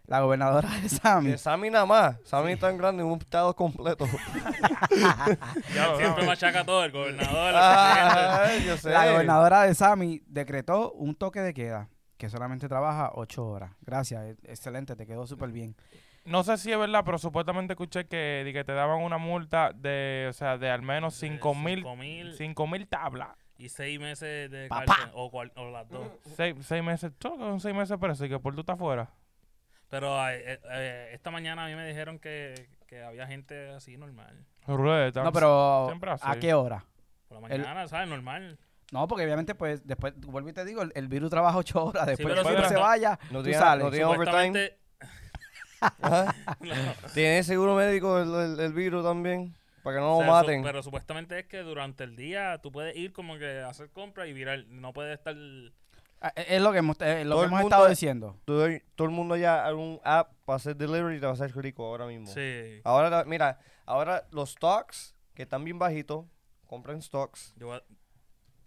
[SPEAKER 1] la gobernadora de Sami,
[SPEAKER 3] De Eh, Sammy nada más. Sammy es tan grande, un estado
[SPEAKER 1] (laughs)
[SPEAKER 3] completo. (laughs)
[SPEAKER 2] Ya lo
[SPEAKER 4] Siempre
[SPEAKER 2] sabes.
[SPEAKER 4] machaca todo, el gobernador, el
[SPEAKER 3] Ah.
[SPEAKER 2] (laughs)
[SPEAKER 4] presidente.
[SPEAKER 3] Ay, yo sé.
[SPEAKER 1] la gobernadora de Sami decretó un toque de queda que solamente trabaja ocho horas. Gracias, e- excelente, te quedó súper bien.
[SPEAKER 2] No sé si es verdad, pero supuestamente escuché que, di que te daban una multa de, o sea, de al menos
[SPEAKER 4] De
[SPEAKER 2] 5 mil,
[SPEAKER 4] cinco mil.
[SPEAKER 2] cinco mil tablas.
[SPEAKER 4] Y seis meses de
[SPEAKER 1] Papá.
[SPEAKER 4] cárcel, o, cual- o las dos.
[SPEAKER 2] Seis, seis meses, todo con seis meses preso y que por tú estás fuera.
[SPEAKER 4] Pero eh, eh, eh, esta mañana a mí me dijeron que, que había gente así normal.
[SPEAKER 2] Ruleta.
[SPEAKER 1] No, pero
[SPEAKER 2] siempre así.
[SPEAKER 1] ¿a qué hora?
[SPEAKER 4] Por la
[SPEAKER 1] El-
[SPEAKER 4] mañana, ¿sabes? Normal.
[SPEAKER 1] No, porque obviamente, pues, después, vuelvo y te digo, el, el virus trabaja ocho horas. Después
[SPEAKER 4] pero
[SPEAKER 1] que
[SPEAKER 2] sí,
[SPEAKER 1] el virus
[SPEAKER 2] pero
[SPEAKER 1] se
[SPEAKER 4] no-
[SPEAKER 1] vaya,
[SPEAKER 3] no
[SPEAKER 1] tú
[SPEAKER 3] tiene-
[SPEAKER 1] sales.
[SPEAKER 3] no tiene- overtime?
[SPEAKER 4] Supuestamente- (laughs)
[SPEAKER 3] Ajá.
[SPEAKER 4] No.
[SPEAKER 3] Tiene seguro médico el, el- el virus también. Para que no
[SPEAKER 4] O sea,
[SPEAKER 3] lo
[SPEAKER 4] su-
[SPEAKER 3] maten.
[SPEAKER 4] pero supuestamente es que durante el día tú puedes ir como que a hacer compras y virar. No puedes estar.
[SPEAKER 1] Ah, Es es lo que hemos, es lo
[SPEAKER 3] Todo
[SPEAKER 1] que
[SPEAKER 3] el
[SPEAKER 1] hemos
[SPEAKER 3] mundo-
[SPEAKER 1] estado diciendo.
[SPEAKER 3] Todo el, todo el mundo ya hay un app para hacer delivery y te va a hacer rico ahora mismo.
[SPEAKER 4] Sí.
[SPEAKER 3] Ahora, la- mira, ahora los stocks, que están bien bajitos, compren stocks.
[SPEAKER 4] Yo voy, a,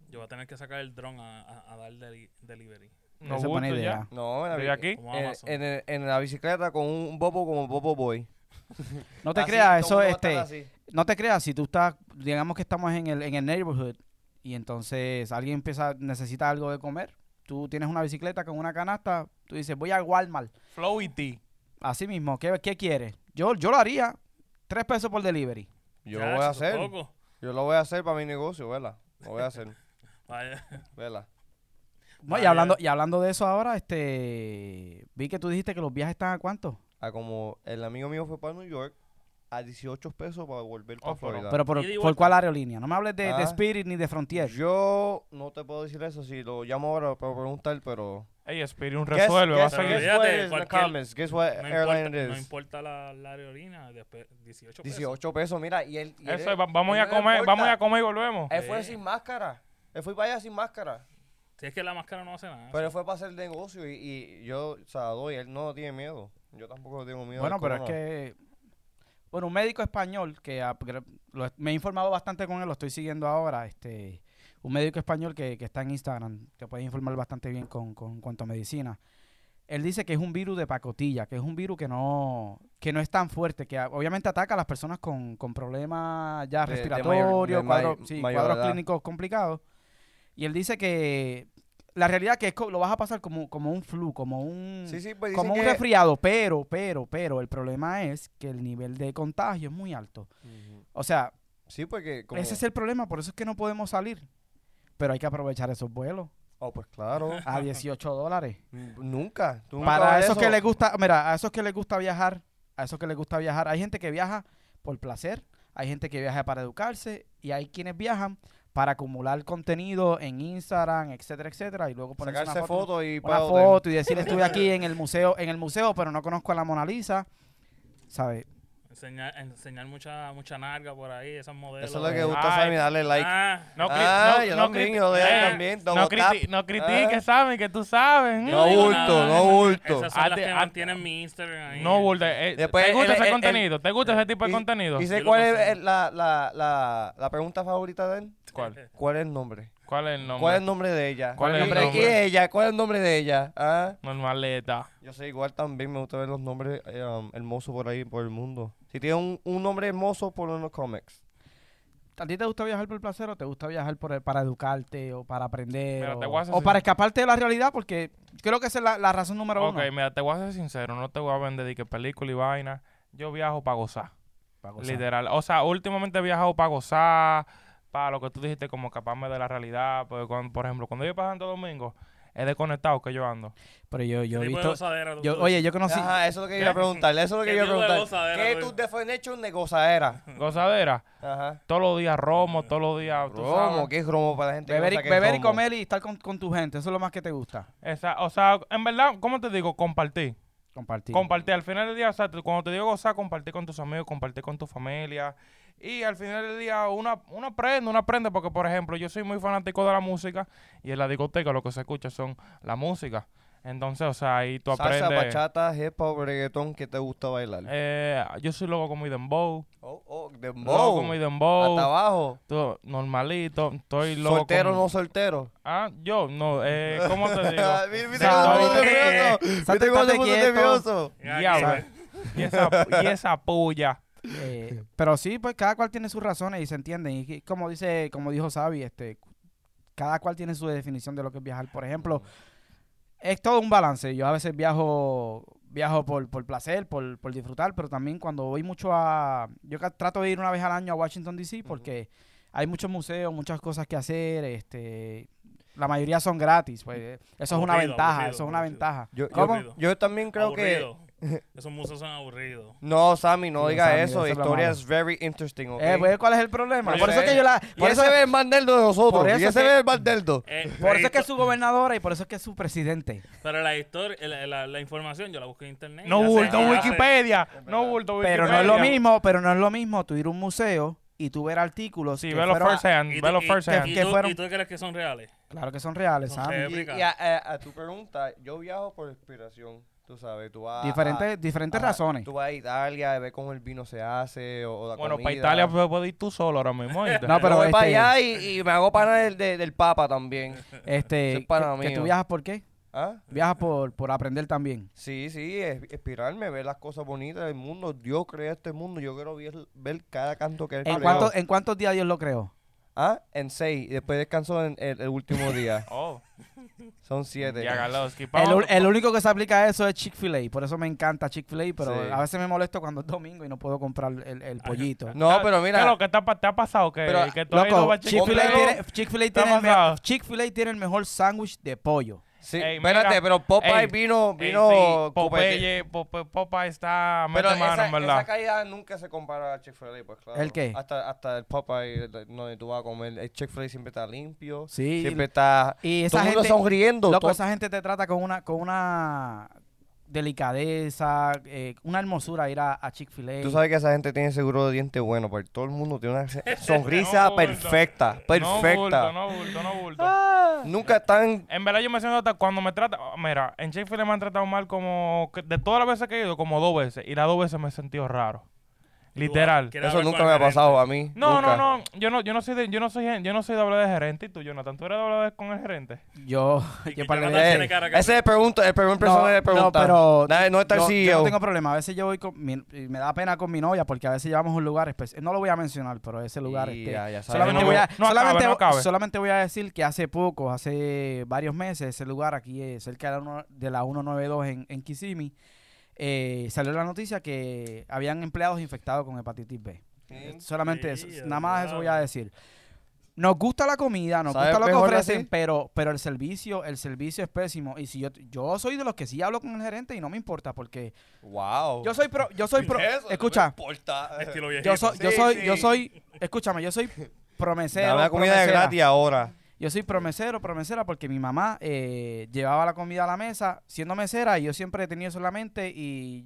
[SPEAKER 4] yo voy a tener que sacar el dron a, a- a dar deli- delivery.
[SPEAKER 2] No
[SPEAKER 1] Esa es buena
[SPEAKER 2] gusto ya.
[SPEAKER 1] idea.
[SPEAKER 3] No, en la,
[SPEAKER 2] Estoy
[SPEAKER 3] bi-
[SPEAKER 2] aquí.
[SPEAKER 4] Como
[SPEAKER 3] En,
[SPEAKER 4] Amazon.
[SPEAKER 3] eh, en el- en la bicicleta con un bobo como Bobo Boy.
[SPEAKER 1] No te
[SPEAKER 3] Así,
[SPEAKER 1] creas, eso
[SPEAKER 3] todo el mundo va a
[SPEAKER 1] este...
[SPEAKER 3] estar así.
[SPEAKER 1] no te creas, si tú estás, digamos que estamos en el, en el neighborhood y entonces alguien empieza, necesita algo de comer, tú tienes una bicicleta con una canasta, tú dices, voy a Walmart,
[SPEAKER 2] Flow y ti.
[SPEAKER 1] así mismo, ¿qué, qué quieres? Yo, yo lo haría, tres pesos por delivery.
[SPEAKER 3] Yo
[SPEAKER 4] Ya,
[SPEAKER 3] lo voy a
[SPEAKER 4] eso
[SPEAKER 3] hacer.
[SPEAKER 4] tampoco.
[SPEAKER 3] Eh, Yo lo voy a hacer para mi negocio, (laughs) vela. Lo voy a hacer,
[SPEAKER 4] Vaya.
[SPEAKER 3] vela.
[SPEAKER 1] No, y,
[SPEAKER 4] Ah,
[SPEAKER 1] hablando, y hablando de eso ahora, este vi que tú dijiste que los viajes están a cuánto.
[SPEAKER 3] A como el amigo mío fue para New York, a 18 pesos para volver para
[SPEAKER 2] Oh, pero-
[SPEAKER 3] Florida.
[SPEAKER 1] Pero por,
[SPEAKER 4] Ida y
[SPEAKER 1] por
[SPEAKER 4] vuelta.
[SPEAKER 1] cuál aerolínea. No me hables de, de
[SPEAKER 3] Ah.
[SPEAKER 1] Spirit ni de Frontier.
[SPEAKER 3] Yo no te puedo decir eso, si lo llamo ahora para preguntar, pero...
[SPEAKER 2] Ey, Spirit, un resuelve,
[SPEAKER 3] guess,
[SPEAKER 2] va a
[SPEAKER 3] guess,
[SPEAKER 2] salir.
[SPEAKER 4] Pero
[SPEAKER 3] guess
[SPEAKER 4] fíjate,
[SPEAKER 3] what is in the
[SPEAKER 4] cualquier-
[SPEAKER 3] comments, guess what
[SPEAKER 4] (laughs) No importa,
[SPEAKER 3] airline
[SPEAKER 4] no
[SPEAKER 3] it is.
[SPEAKER 4] importa pues. la, la aerolínea, después 18 pesos.
[SPEAKER 3] 18 pesos, mira, y él... y él-
[SPEAKER 2] Eso es, va- vamos a ir a
[SPEAKER 3] él no le
[SPEAKER 2] comer,
[SPEAKER 3] importa.
[SPEAKER 2] vamos a ir a comer y volvemos.
[SPEAKER 3] Él fue
[SPEAKER 4] Sí.
[SPEAKER 3] sin máscara, él fue para allá sin máscara,
[SPEAKER 4] Si es que la máscara no hace
[SPEAKER 1] Ah,
[SPEAKER 4] nada.
[SPEAKER 3] pero él fue para hacer negocio y, y yo, o sea, doy, él no tiene miedo. Yo tampoco tengo miedo.
[SPEAKER 1] Bueno,
[SPEAKER 3] al
[SPEAKER 1] pero es
[SPEAKER 3] corona.
[SPEAKER 1] que. Bueno, un médico español que ah, porque lo- me he informado bastante con él, lo estoy siguiendo ahora. Este, un médico español que, que está en Instagram, te puede informar bastante bien con, con cuanto a medicina. Él dice que es un virus de pacotilla, que es un virus que no, que no es tan fuerte, que ah, obviamente ataca a las personas con, con problemas ya
[SPEAKER 3] De- de mayor-
[SPEAKER 1] respiratorios,
[SPEAKER 3] de
[SPEAKER 1] cuadros,
[SPEAKER 3] mayor-
[SPEAKER 1] sí,
[SPEAKER 3] mayor
[SPEAKER 1] cuadros
[SPEAKER 3] edad.
[SPEAKER 1] clínicos complicados. Y él dice que la realidad que es co- lo vas a pasar como, como un flu, como un
[SPEAKER 3] Sí, sí, pues dicen
[SPEAKER 1] como un
[SPEAKER 3] que-
[SPEAKER 1] resfriado, pero, pero, pero el problema es que el nivel de contagio es muy alto.
[SPEAKER 3] Ujú.
[SPEAKER 1] O sea,
[SPEAKER 3] Sí, porque como...
[SPEAKER 1] ese es el problema, por eso es que no podemos salir. Pero hay que aprovechar esos vuelos
[SPEAKER 3] Oh, pues
[SPEAKER 1] (laughs)
[SPEAKER 3] claro.
[SPEAKER 1] a
[SPEAKER 3] (laughs)
[SPEAKER 1] 18 dólares.
[SPEAKER 3] N- Nunca. tú nunca
[SPEAKER 1] Para
[SPEAKER 3] ves
[SPEAKER 1] esos que
[SPEAKER 3] eso.
[SPEAKER 1] les gusta, mira, a esos que les gusta viajar, a esos que les gusta viajar, hay gente que viaja por placer, hay gente que viaja para educarse y hay quienes viajan para acumular contenido en Instagram, etcétera, etcétera, y luego ponerse
[SPEAKER 3] Sacarse
[SPEAKER 1] una
[SPEAKER 3] fotos
[SPEAKER 1] foto
[SPEAKER 3] y
[SPEAKER 1] una
[SPEAKER 3] para hotel.
[SPEAKER 1] foto y decir estuve aquí en el museo, en el museo, pero no conozco a la Mona Lisa. ¿Sabes?
[SPEAKER 4] Enseñar, enseñar mucha, mucha narga por ahí, esos modelos.
[SPEAKER 3] Eso es lo que
[SPEAKER 4] Ah,
[SPEAKER 3] gusta
[SPEAKER 2] Ay,
[SPEAKER 3] Sammy, darle like.
[SPEAKER 4] ah,
[SPEAKER 2] No, cri-
[SPEAKER 3] Ah,
[SPEAKER 2] no-
[SPEAKER 3] yo
[SPEAKER 2] no
[SPEAKER 3] también,
[SPEAKER 2] criti-
[SPEAKER 3] yo de-
[SPEAKER 2] eh,
[SPEAKER 3] también,
[SPEAKER 2] no
[SPEAKER 3] double
[SPEAKER 2] criti-
[SPEAKER 3] tap.
[SPEAKER 2] no critiques,
[SPEAKER 3] Ah.
[SPEAKER 2] saben que tú sabes. ¿eh?
[SPEAKER 3] No
[SPEAKER 4] digo
[SPEAKER 3] bulto,
[SPEAKER 4] nada,
[SPEAKER 3] no
[SPEAKER 4] esas-
[SPEAKER 3] bulto.
[SPEAKER 4] Esas son
[SPEAKER 2] Ah,
[SPEAKER 4] las
[SPEAKER 2] te-
[SPEAKER 4] que
[SPEAKER 2] ah,
[SPEAKER 4] mantienen mi Instagram ahí.
[SPEAKER 2] No, Bulda, eh,
[SPEAKER 3] Después
[SPEAKER 2] ¿te gusta
[SPEAKER 3] el-
[SPEAKER 2] ese
[SPEAKER 3] el-
[SPEAKER 2] contenido? ¿Te gusta ese tipo de
[SPEAKER 3] Y-
[SPEAKER 2] contenido?
[SPEAKER 3] ¿Y sé
[SPEAKER 4] Yo lo
[SPEAKER 3] cuál
[SPEAKER 4] consumo.
[SPEAKER 3] es el- la, la, la, la pregunta favorita de él?
[SPEAKER 2] ¿Cuál?
[SPEAKER 3] ¿Cuál es el nombre?
[SPEAKER 2] ¿Cuál es el nombre?
[SPEAKER 3] ¿Cuál es el nombre de ella?
[SPEAKER 2] ¿Cuál
[SPEAKER 1] es el
[SPEAKER 3] ¿Y-
[SPEAKER 1] nombre?
[SPEAKER 3] ¿Y ella? ¿Cuál es el nombre de ella? ¿Ah?
[SPEAKER 2] Normaleta.
[SPEAKER 3] Yo sé, igual también me gusta ver los nombres eh, um, hermosos por ahí, por el mundo. Si tiene un, un nombre hermoso, ponlo en los cómics.
[SPEAKER 1] ¿A ti te gusta viajar por placer o te gusta viajar por, para educarte o para aprender
[SPEAKER 2] Mira,
[SPEAKER 1] o,
[SPEAKER 2] te voy a ser
[SPEAKER 1] o para
[SPEAKER 2] sin-
[SPEAKER 1] escaparte de la realidad? Porque creo que esa es la, la razón número
[SPEAKER 2] ok,
[SPEAKER 1] uno.
[SPEAKER 2] mira, te voy a ser sincero, no te voy a vender de que película y vaina. Yo viajo para gozar,
[SPEAKER 1] Para gozar.
[SPEAKER 2] literal. O sea, últimamente he viajado para gozar, para lo que tú dijiste, como escaparme de la realidad. Porque cuando- por ejemplo, cuando yo para Santo Domingo, es desconectado que yo
[SPEAKER 3] (laughs)
[SPEAKER 2] ando.
[SPEAKER 1] Pero yo, yo
[SPEAKER 4] ¿Qué
[SPEAKER 1] he
[SPEAKER 4] tipo de
[SPEAKER 1] visto...
[SPEAKER 4] gozadera tú
[SPEAKER 1] yo-
[SPEAKER 4] usas?
[SPEAKER 1] oye, yo conocí...
[SPEAKER 3] Ajá, eso es lo que
[SPEAKER 2] ¿Qué?
[SPEAKER 3] yo iba a preguntarle. Eso es lo que
[SPEAKER 4] ¿Qué
[SPEAKER 3] yo
[SPEAKER 4] tipo
[SPEAKER 3] iba
[SPEAKER 4] de
[SPEAKER 3] a preguntar.
[SPEAKER 4] gozadera,
[SPEAKER 3] ¿Qué
[SPEAKER 4] tú-
[SPEAKER 3] tu definition de gozadera?
[SPEAKER 2] Gozadera,
[SPEAKER 3] Ajá.
[SPEAKER 2] todos los días romo, todos los días. tú sabes.
[SPEAKER 3] Romo, ¿qué es romo para la gente? que no
[SPEAKER 1] Beber, y,
[SPEAKER 3] sabe qué es
[SPEAKER 1] beber y
[SPEAKER 3] romo?
[SPEAKER 1] comer y estar con, con tu gente, eso es lo más que te gusta.
[SPEAKER 2] Esa- o sea, en verdad, ¿cómo te digo? Compartir.
[SPEAKER 1] Compartir.
[SPEAKER 2] Compartir. Al final del día, o sea, te- cuando te digo gozar, compartir con tus amigos, compartir con tu familia. Y al final del día, una, una aprende, una aprende, porque por ejemplo, yo soy muy fanático de la música y en la discoteca lo que se escucha son la música. Entonces, o sea, ahí tú
[SPEAKER 3] Salsa,
[SPEAKER 2] aprendes.
[SPEAKER 3] bachata, hip hop, reggaetón, ¿qué te gusta bailar?
[SPEAKER 2] Eh, yo soy loco con mi dembow.
[SPEAKER 3] oh, oh,
[SPEAKER 2] Loco
[SPEAKER 3] dembow.
[SPEAKER 2] con mi
[SPEAKER 3] Hasta
[SPEAKER 2] dembow.
[SPEAKER 3] abajo.
[SPEAKER 2] Todo normalito. Estoy loco.
[SPEAKER 3] Soltero,
[SPEAKER 2] con-
[SPEAKER 3] no soltero.
[SPEAKER 2] Ah, yo, no. Eh, ¿Cómo te digo?
[SPEAKER 3] Ah, (laughs) mira, mira
[SPEAKER 1] No,
[SPEAKER 3] cómo se puso
[SPEAKER 1] eh,
[SPEAKER 3] nervioso.
[SPEAKER 1] Santi,
[SPEAKER 3] Mira cómo se
[SPEAKER 1] estate
[SPEAKER 3] puso
[SPEAKER 1] quieto.
[SPEAKER 3] nervioso.
[SPEAKER 4] (laughs) Ya,
[SPEAKER 2] Diablo.
[SPEAKER 4] que-
[SPEAKER 2] Y esa, y esa
[SPEAKER 4] (laughs)
[SPEAKER 2] puya.
[SPEAKER 1] Eh, pero sí, pues cada cual tiene sus razones y se entienden. Y que- como dice, como dijo Xavi, este, cada cual tiene su definición de lo que es viajar. Por ejemplo, es todo un balance. Yo a veces viajo, viajo por, por placer, por, por disfrutar, pero también cuando voy mucho a, yo ca- trato de ir una vez al año a Washington D.C. porque hay muchos museos, muchas cosas que hacer. Este, la mayoría son gratis. Pues eh, eso es una
[SPEAKER 4] Aburrido,
[SPEAKER 1] ventaja.
[SPEAKER 4] aburrido,
[SPEAKER 1] eso es una
[SPEAKER 4] aburrido.
[SPEAKER 1] ventaja.
[SPEAKER 3] Yo,
[SPEAKER 4] ¿Cómo?
[SPEAKER 3] yo, yo también creo que...
[SPEAKER 4] aburrido. Esos musos son aburridos.
[SPEAKER 3] No, Sammy, no
[SPEAKER 1] No,
[SPEAKER 3] diga
[SPEAKER 1] Sammy, eso
[SPEAKER 3] eso.
[SPEAKER 1] es lo
[SPEAKER 3] historia
[SPEAKER 1] malo.
[SPEAKER 3] es very interesting, ¿ok?
[SPEAKER 1] Eh, pues, ¿Cuál es el problema?
[SPEAKER 3] Yo
[SPEAKER 1] Por eso es
[SPEAKER 3] sé.
[SPEAKER 1] que yo la,
[SPEAKER 3] y
[SPEAKER 1] por eso-
[SPEAKER 3] ese ve el mandeldo de nosotros.
[SPEAKER 1] por
[SPEAKER 3] Y
[SPEAKER 1] eso
[SPEAKER 3] ese
[SPEAKER 1] que-
[SPEAKER 3] ve el mandeldo.
[SPEAKER 4] (laughs) Eh,
[SPEAKER 1] Por eso es que
[SPEAKER 4] pero
[SPEAKER 1] es su gobernadora y por eso es que es su presidente.
[SPEAKER 4] esto- Pero la historia, la, la- la información yo la busqué en internet.
[SPEAKER 2] No
[SPEAKER 4] ya sé- Ah,
[SPEAKER 2] bulto
[SPEAKER 4] ya sé-
[SPEAKER 2] Wikipedia. No
[SPEAKER 3] verdad.
[SPEAKER 2] bulto Wikipedia.
[SPEAKER 1] Pero no es lo mismo, pero no es lo mismo tú ir a un museo y tú ver artículos
[SPEAKER 2] Sí,
[SPEAKER 1] que
[SPEAKER 2] velo
[SPEAKER 1] fueron-
[SPEAKER 2] first hand.
[SPEAKER 4] Y tú-
[SPEAKER 2] Velo
[SPEAKER 4] y-
[SPEAKER 2] first
[SPEAKER 4] y
[SPEAKER 2] hand.
[SPEAKER 4] tú-
[SPEAKER 1] Que fueron-
[SPEAKER 4] ¿Y tú crees que son reales? (laughs)
[SPEAKER 1] Claro que son reales,
[SPEAKER 4] Son
[SPEAKER 1] Sam.
[SPEAKER 4] reales.
[SPEAKER 3] Y, y a, eh, a- a tu pregunta, yo viajo por inspiración. Tú sabes, tú vas... a-
[SPEAKER 1] Diferentes, diferentes
[SPEAKER 3] ajá,
[SPEAKER 1] razones.
[SPEAKER 3] Ah, Tú vas a Italia, ves cómo el vino se hace o, o la
[SPEAKER 2] Bueno, para
[SPEAKER 3] comida.
[SPEAKER 2] Italia pues, puedes ir tú solo ahora mismo. ¿oíste?
[SPEAKER 1] No, pero
[SPEAKER 3] Yo voy para
[SPEAKER 1] este-
[SPEAKER 3] allá y, y me hago pana del, de- del Papa también.
[SPEAKER 1] (laughs) Este,
[SPEAKER 3] Eso es para
[SPEAKER 1] que, que
[SPEAKER 3] mí,
[SPEAKER 1] tú
[SPEAKER 3] ¿no?
[SPEAKER 1] viajas por qué?
[SPEAKER 3] ¿Ah?
[SPEAKER 1] Viajas por, por aprender también.
[SPEAKER 3] Sí, sí, es- inspirarme, ver las cosas bonitas del mundo. Dios creó este mundo. Yo quiero ver, ver cada canto que él
[SPEAKER 1] ¿En,
[SPEAKER 3] creó.
[SPEAKER 1] cuánto- ¿En cuántos días Dios lo creó?
[SPEAKER 2] (laughs)
[SPEAKER 3] Ah, en seis. Y después descanso en el, el último día.
[SPEAKER 2] Oh,
[SPEAKER 3] Son siete.
[SPEAKER 2] Y a Galowski.
[SPEAKER 1] El,
[SPEAKER 2] Vamos-
[SPEAKER 1] u- el único que se aplica a eso es Chick-fil-A. Por eso me encanta Chick-fil-A, pero
[SPEAKER 3] Sí.
[SPEAKER 1] a veces me molesto cuando es domingo y no puedo comprar el, el pollito.
[SPEAKER 3] No, pero mira.
[SPEAKER 2] Ah, ¿Qué es lo que te ha, pa- te ha pasado? Que,
[SPEAKER 3] Pero,
[SPEAKER 2] que tú has ido
[SPEAKER 1] Loco,
[SPEAKER 2] a
[SPEAKER 1] Chick-fil-A
[SPEAKER 2] Chick-fil-A.
[SPEAKER 1] tiene, Chick-fil-A tiene, el me-
[SPEAKER 2] pasado?
[SPEAKER 1] Chick-fil-A tiene el mejor sándwich de pollo.
[SPEAKER 3] Sí,
[SPEAKER 2] Ey,
[SPEAKER 3] espérate,
[SPEAKER 2] mira,
[SPEAKER 3] pero Popeye
[SPEAKER 2] ey,
[SPEAKER 3] vino,
[SPEAKER 2] Ey,
[SPEAKER 3] vino
[SPEAKER 2] sí,
[SPEAKER 3] competi-
[SPEAKER 2] Popeye, Pope- Popeye está
[SPEAKER 3] Pero
[SPEAKER 2] mete mano,
[SPEAKER 3] esa,
[SPEAKER 2] en verdad.
[SPEAKER 3] esa calidad nunca se compara a Chick-fil-A, pues claro.
[SPEAKER 1] ¿El qué?
[SPEAKER 3] Hasta, hasta el Popeye, el- donde tú vas a comer. El Chick-fil-A siempre está limpio.
[SPEAKER 1] Sí.
[SPEAKER 3] Siempre está...
[SPEAKER 1] Y esa
[SPEAKER 3] todo el mundo
[SPEAKER 1] gente,
[SPEAKER 3] sonriendo.
[SPEAKER 1] loco,
[SPEAKER 3] todo-
[SPEAKER 1] esa gente te trata con una, con una delicadeza, eh, una hermosura ir a, a Chick-fil-A.
[SPEAKER 3] Tú sabes que esa gente tiene seguro de dientes bueno, pero todo el mundo tiene
[SPEAKER 4] (laughs)
[SPEAKER 3] una se- sonrisa
[SPEAKER 2] No, bulto.
[SPEAKER 3] perfecta.
[SPEAKER 2] No bulto,
[SPEAKER 3] Perfecta.
[SPEAKER 2] no bulto, no bulto.
[SPEAKER 3] Nunca están...
[SPEAKER 2] En verdad yo me siento hasta cuando me trata, mira, en Chick-fil-A me han tratado mal como que de todas las veces que he ido, como dos veces y las dos veces me he sentido raro. Literal.
[SPEAKER 4] ¿Quieres
[SPEAKER 3] Eso
[SPEAKER 4] hablar
[SPEAKER 3] nunca
[SPEAKER 4] con
[SPEAKER 3] me ha
[SPEAKER 4] el gerente?
[SPEAKER 3] pasado a mí.
[SPEAKER 2] No,
[SPEAKER 3] nunca.
[SPEAKER 2] no, no, yo no yo no soy de, yo no soy gen- yo no soy de hablar de gerente y tú Jonathan, tú eres de hablar de- con el gerente.
[SPEAKER 1] Yo,
[SPEAKER 4] Y
[SPEAKER 1] yo
[SPEAKER 4] que
[SPEAKER 1] para
[SPEAKER 4] yo
[SPEAKER 1] la-
[SPEAKER 4] no te-
[SPEAKER 3] Eh,
[SPEAKER 4] Tiene cara que-
[SPEAKER 3] ese es el pregunto, el primer personaje de pregunta.
[SPEAKER 1] pero
[SPEAKER 3] Nadie- no está el E
[SPEAKER 1] yo, yo
[SPEAKER 3] CEO.
[SPEAKER 1] no tengo este problema. A veces yo voy con mi, y me da pena con mi novia porque a veces llevamos a un lugar especial. No lo voy a mencionar, pero ese lugar
[SPEAKER 3] Y
[SPEAKER 1] este,
[SPEAKER 3] ya- ya sabes.
[SPEAKER 1] solamente
[SPEAKER 2] No,
[SPEAKER 1] voy a
[SPEAKER 2] no acabe,
[SPEAKER 1] solamente,
[SPEAKER 2] no acabe.
[SPEAKER 1] solamente voy a decir que hace poco, hace varios meses, ese lugar aquí eh, cerca de la, uno- de la 192 en, en Kissimmee, eh, salió la noticia que habían empleados infectados con hepatitis B. Solamente eso,
[SPEAKER 4] Sí,
[SPEAKER 1] nada más eso voy a
[SPEAKER 4] diablo.
[SPEAKER 1] decir. Nos gusta la comida, nos
[SPEAKER 3] ¿Sabe
[SPEAKER 1] gusta lo que
[SPEAKER 3] mejor
[SPEAKER 1] ofrecen,
[SPEAKER 3] así?
[SPEAKER 1] pero, pero el servicio, el servicio es pésimo. Y si yo, yo soy de los que sí hablo con el gerente y no me importa, porque
[SPEAKER 3] Wow.
[SPEAKER 1] yo soy pro, yo soy pro,
[SPEAKER 3] Eso, no me
[SPEAKER 1] escucha,
[SPEAKER 3] importa.
[SPEAKER 4] Estilo
[SPEAKER 1] yo
[SPEAKER 4] viejito.
[SPEAKER 1] soy, yo
[SPEAKER 3] Sí,
[SPEAKER 1] soy,
[SPEAKER 3] sí.
[SPEAKER 1] yo soy, escúchame, yo soy promesero.
[SPEAKER 3] Dame la comida
[SPEAKER 1] promesera.
[SPEAKER 3] gratis ahora.
[SPEAKER 1] Yo soy promesero, promesera, porque mi mamá eh, llevaba la comida a la mesa siendo mesera y yo siempre he tenido eso en la mente y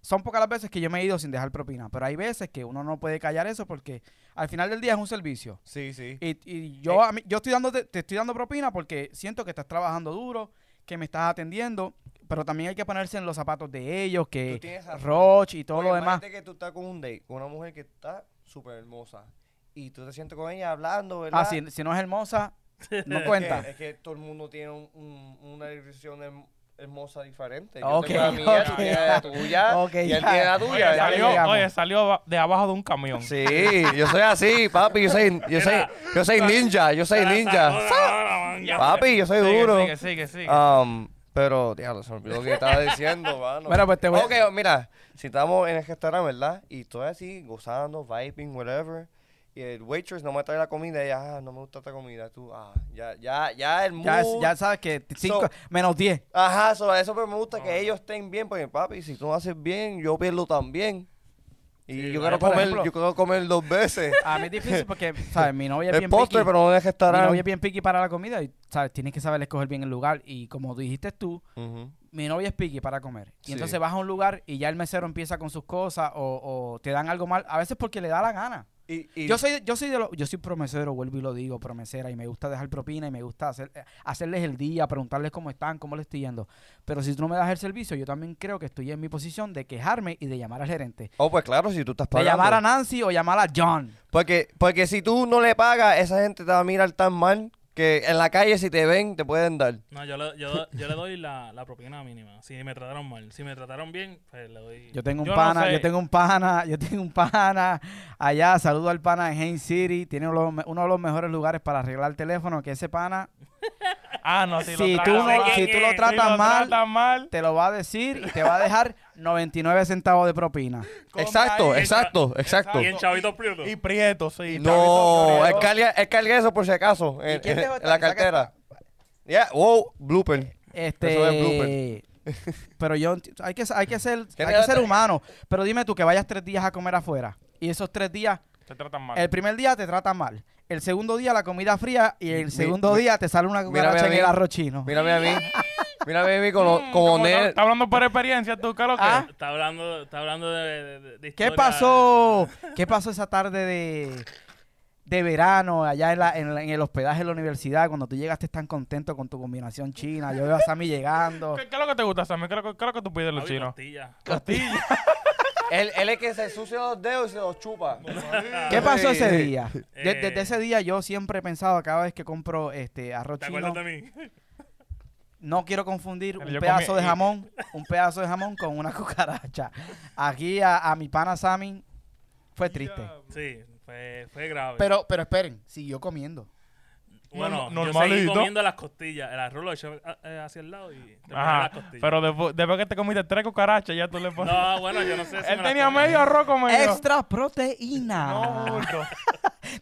[SPEAKER 1] son pocas las veces que yo me he ido sin dejar propina, pero hay veces que uno no puede callar eso porque al final del día es un servicio.
[SPEAKER 3] Sí, sí.
[SPEAKER 1] Y, y
[SPEAKER 3] Eh.
[SPEAKER 1] yo, a mí- yo estoy dando, te estoy dando propina porque siento que estás trabajando duro, que me estás atendiendo, pero también hay que ponerse en los zapatos de ellos,
[SPEAKER 3] Tú
[SPEAKER 1] que
[SPEAKER 3] tienes razón.
[SPEAKER 1] Roche y eh, todo
[SPEAKER 3] Oye,
[SPEAKER 1] lo demás.
[SPEAKER 3] Imagínate que tú estás con un date, con una mujer que está súper hermosa. Y tú te sientes con ella hablando, ¿verdad?
[SPEAKER 1] Ah, si, si no es hermosa,
[SPEAKER 3] (laughs)
[SPEAKER 1] no
[SPEAKER 3] Es que-
[SPEAKER 1] cuenta.
[SPEAKER 3] Es que, todo el mundo tiene un- un- una dirección herm- hermosa diferente.
[SPEAKER 1] Ok,
[SPEAKER 3] Yo tengo la mía, tú
[SPEAKER 1] ok.
[SPEAKER 3] tienes la (laughs) tuya.
[SPEAKER 1] Ok,
[SPEAKER 3] y él
[SPEAKER 1] ya.
[SPEAKER 3] tiene la
[SPEAKER 2] Oye,
[SPEAKER 3] tuya.
[SPEAKER 1] ya
[SPEAKER 2] salió,
[SPEAKER 1] llegamos.
[SPEAKER 2] oye, salió ba- de abajo de un camión.
[SPEAKER 3] Sí, yo soy así, papi. Yo soy, yo soy, yo soy ninja. Yo soy ninja. Papi, yo soy
[SPEAKER 2] Ah, Sigue,
[SPEAKER 3] duro.
[SPEAKER 2] sigue, sigue, sigue.
[SPEAKER 1] Ah,
[SPEAKER 3] Um, pero, diablo, se me olvidó lo que (laughs) estaba diciendo, mano.
[SPEAKER 1] Mira, pues te voy a-
[SPEAKER 3] Ok, mira, si estamos en el restaurante, ¿verdad? Y estoy así, gozando, vaping, whatever. Y el waitress no me trae la comida. Y ella, ah, no me gusta esta comida. Tú, ah, ya, ya, ya el mood.
[SPEAKER 1] ya, es- ya sabes que cinco,
[SPEAKER 3] So-
[SPEAKER 1] menos 10.
[SPEAKER 3] Ajá, so, eso pero me gusta que ellos estén bien. Porque, papi, si tú no haces bien, yo pierdo también. Y
[SPEAKER 4] Sí, vale,
[SPEAKER 3] yo, quiero
[SPEAKER 1] por
[SPEAKER 3] comer,
[SPEAKER 1] ejemplo.
[SPEAKER 3] yo quiero comer dos (laughs) veces.
[SPEAKER 1] A mí es difícil porque, ¿sabes? Mi novia es
[SPEAKER 3] (laughs) el
[SPEAKER 1] bien
[SPEAKER 3] postre,
[SPEAKER 1] picky.
[SPEAKER 3] pero no en el
[SPEAKER 1] Mi novia
[SPEAKER 3] restaurante.
[SPEAKER 1] es bien picky para la comida y, ¿sabes? Tienes que saber escoger bien el lugar. Y como dijiste tú,
[SPEAKER 3] Ujú.
[SPEAKER 1] mi novia es picky para comer. Y
[SPEAKER 3] Sí.
[SPEAKER 1] entonces vas a un lugar y ya el mesero empieza con sus cosas o, o te dan algo mal. A veces porque le da la gana.
[SPEAKER 3] Y, y-
[SPEAKER 1] Yo soy, yo soy de los, yo soy promesero, vuelvo y lo digo, promesera, y me gusta dejar propina y me gusta hacer, eh, hacerles el día, preguntarles cómo están, cómo les estoy yendo. Pero si tú no me das el servicio, yo también creo que estoy en mi posición de quejarme y de llamar al gerente.
[SPEAKER 3] Oh, pues claro, si tú estás
[SPEAKER 1] De
[SPEAKER 3] pagando.
[SPEAKER 1] llamar a Nancy o llamar a John.
[SPEAKER 3] Porque, porque si tú no le pagas, esa gente te va a mirar tan mal que en la calle si te ven te pueden dar.
[SPEAKER 4] No, yo le, yo, yo le doy la, la propina mínima. Si me trataron mal. Si me trataron bien, pues le doy.
[SPEAKER 1] Yo tengo un
[SPEAKER 2] Yo no
[SPEAKER 1] pana,
[SPEAKER 2] sé.
[SPEAKER 1] yo tengo un pana, (laughs) yo tengo un pana allá, saludo al pana en Haines City, tiene uno de los me- uno de los mejores lugares para arreglar el teléfono, que ese pana
[SPEAKER 2] Ah, no, si,
[SPEAKER 1] si
[SPEAKER 2] lo
[SPEAKER 1] tú
[SPEAKER 2] tratas
[SPEAKER 1] no-
[SPEAKER 2] mal-
[SPEAKER 1] si tú lo
[SPEAKER 2] si
[SPEAKER 1] tratas mal-
[SPEAKER 2] tratas mal,
[SPEAKER 1] te lo va a decir y te va a dejar (laughs) 99 centavos de propina.
[SPEAKER 2] compra
[SPEAKER 3] Exacto,
[SPEAKER 2] ahí.
[SPEAKER 3] exacto, exacto.
[SPEAKER 4] Y en Chavito Prieto.
[SPEAKER 2] Y Prieto, sí.
[SPEAKER 3] No,
[SPEAKER 2] Chavito Prieto.
[SPEAKER 3] escarga, escarga eso por si acaso en,
[SPEAKER 1] quién te va a
[SPEAKER 3] en la
[SPEAKER 1] estar?
[SPEAKER 3] cartera. Yeah, wow, blooper.
[SPEAKER 1] Este (laughs) pero yo enti- hay que hay que ser
[SPEAKER 3] ¿Qué
[SPEAKER 1] hay que
[SPEAKER 3] te va a
[SPEAKER 1] ser
[SPEAKER 3] traer?
[SPEAKER 1] humano, pero dime tú que vayas tres días a comer afuera y esos tres días,
[SPEAKER 2] Te tratan mal.
[SPEAKER 1] el primer día te tratan mal, el segundo día la comida fría y el segundo
[SPEAKER 3] mi-
[SPEAKER 1] día te sale una
[SPEAKER 3] mira,
[SPEAKER 1] cucaracha en
[SPEAKER 3] mira,
[SPEAKER 1] el arroz chino.
[SPEAKER 3] Mírame a mí. Mírame a mí como,
[SPEAKER 2] Mm,
[SPEAKER 3] como
[SPEAKER 2] ¿cómo
[SPEAKER 3] nene.
[SPEAKER 2] está- Está hablando por experiencia, tú, ¿qué es lo que?
[SPEAKER 1] Ah.
[SPEAKER 4] Está hablando, está hablando de, de- de- de
[SPEAKER 1] ¿Qué
[SPEAKER 4] historia.
[SPEAKER 1] pasó? ¿Qué pasó esa tarde de, de verano allá en, la- en la- en el hospedaje de la universidad? Cuando tú llegaste tan contento con tu combinación china. Yo veo a Sammy llegando.
[SPEAKER 2] (laughs) ¿Qué, qué es lo que te gusta, Sammy? ¿Qué es lo que, qué es lo que tú pides de los
[SPEAKER 4] Papi,
[SPEAKER 2] chinos?
[SPEAKER 4] costilla. (laughs)
[SPEAKER 2] Costilla.
[SPEAKER 3] Él, él es que se sucia los dedos y se los chupa.
[SPEAKER 1] ¿Qué pasó ese
[SPEAKER 3] Sí.
[SPEAKER 1] día? De-
[SPEAKER 4] Eh.
[SPEAKER 1] desde ese día yo siempre he pensado cada vez que compro este arroz
[SPEAKER 4] ¿Te
[SPEAKER 1] chino,
[SPEAKER 4] acuerdas de mí?
[SPEAKER 1] no quiero confundir
[SPEAKER 2] Pero
[SPEAKER 1] un
[SPEAKER 2] yo
[SPEAKER 1] pedazo
[SPEAKER 2] comí-
[SPEAKER 1] de jamón, un pedazo de jamón con una (laughs) cucaracha. Aquí a, a mi pana Sammy fue triste.
[SPEAKER 2] pues.
[SPEAKER 4] Sí, fue, fue grave.
[SPEAKER 1] Pero, pero esperen, siguió comiendo.
[SPEAKER 4] Bueno,
[SPEAKER 2] No-
[SPEAKER 4] yo seguí
[SPEAKER 2] normalito.
[SPEAKER 4] comiendo las costillas. El arroz lo eché eh, eh, hacia el lado y terminé
[SPEAKER 2] Ajá.
[SPEAKER 4] las costillas.
[SPEAKER 2] Pero después, después que te comiste tres cucarachas, ya tú le pones.
[SPEAKER 4] No, bueno, yo no
[SPEAKER 2] (laughs)
[SPEAKER 4] sé si
[SPEAKER 2] Él
[SPEAKER 4] me las
[SPEAKER 2] tenía
[SPEAKER 4] comí.
[SPEAKER 2] medio arroz comido.
[SPEAKER 1] Extra proteína.
[SPEAKER 2] No, bulto.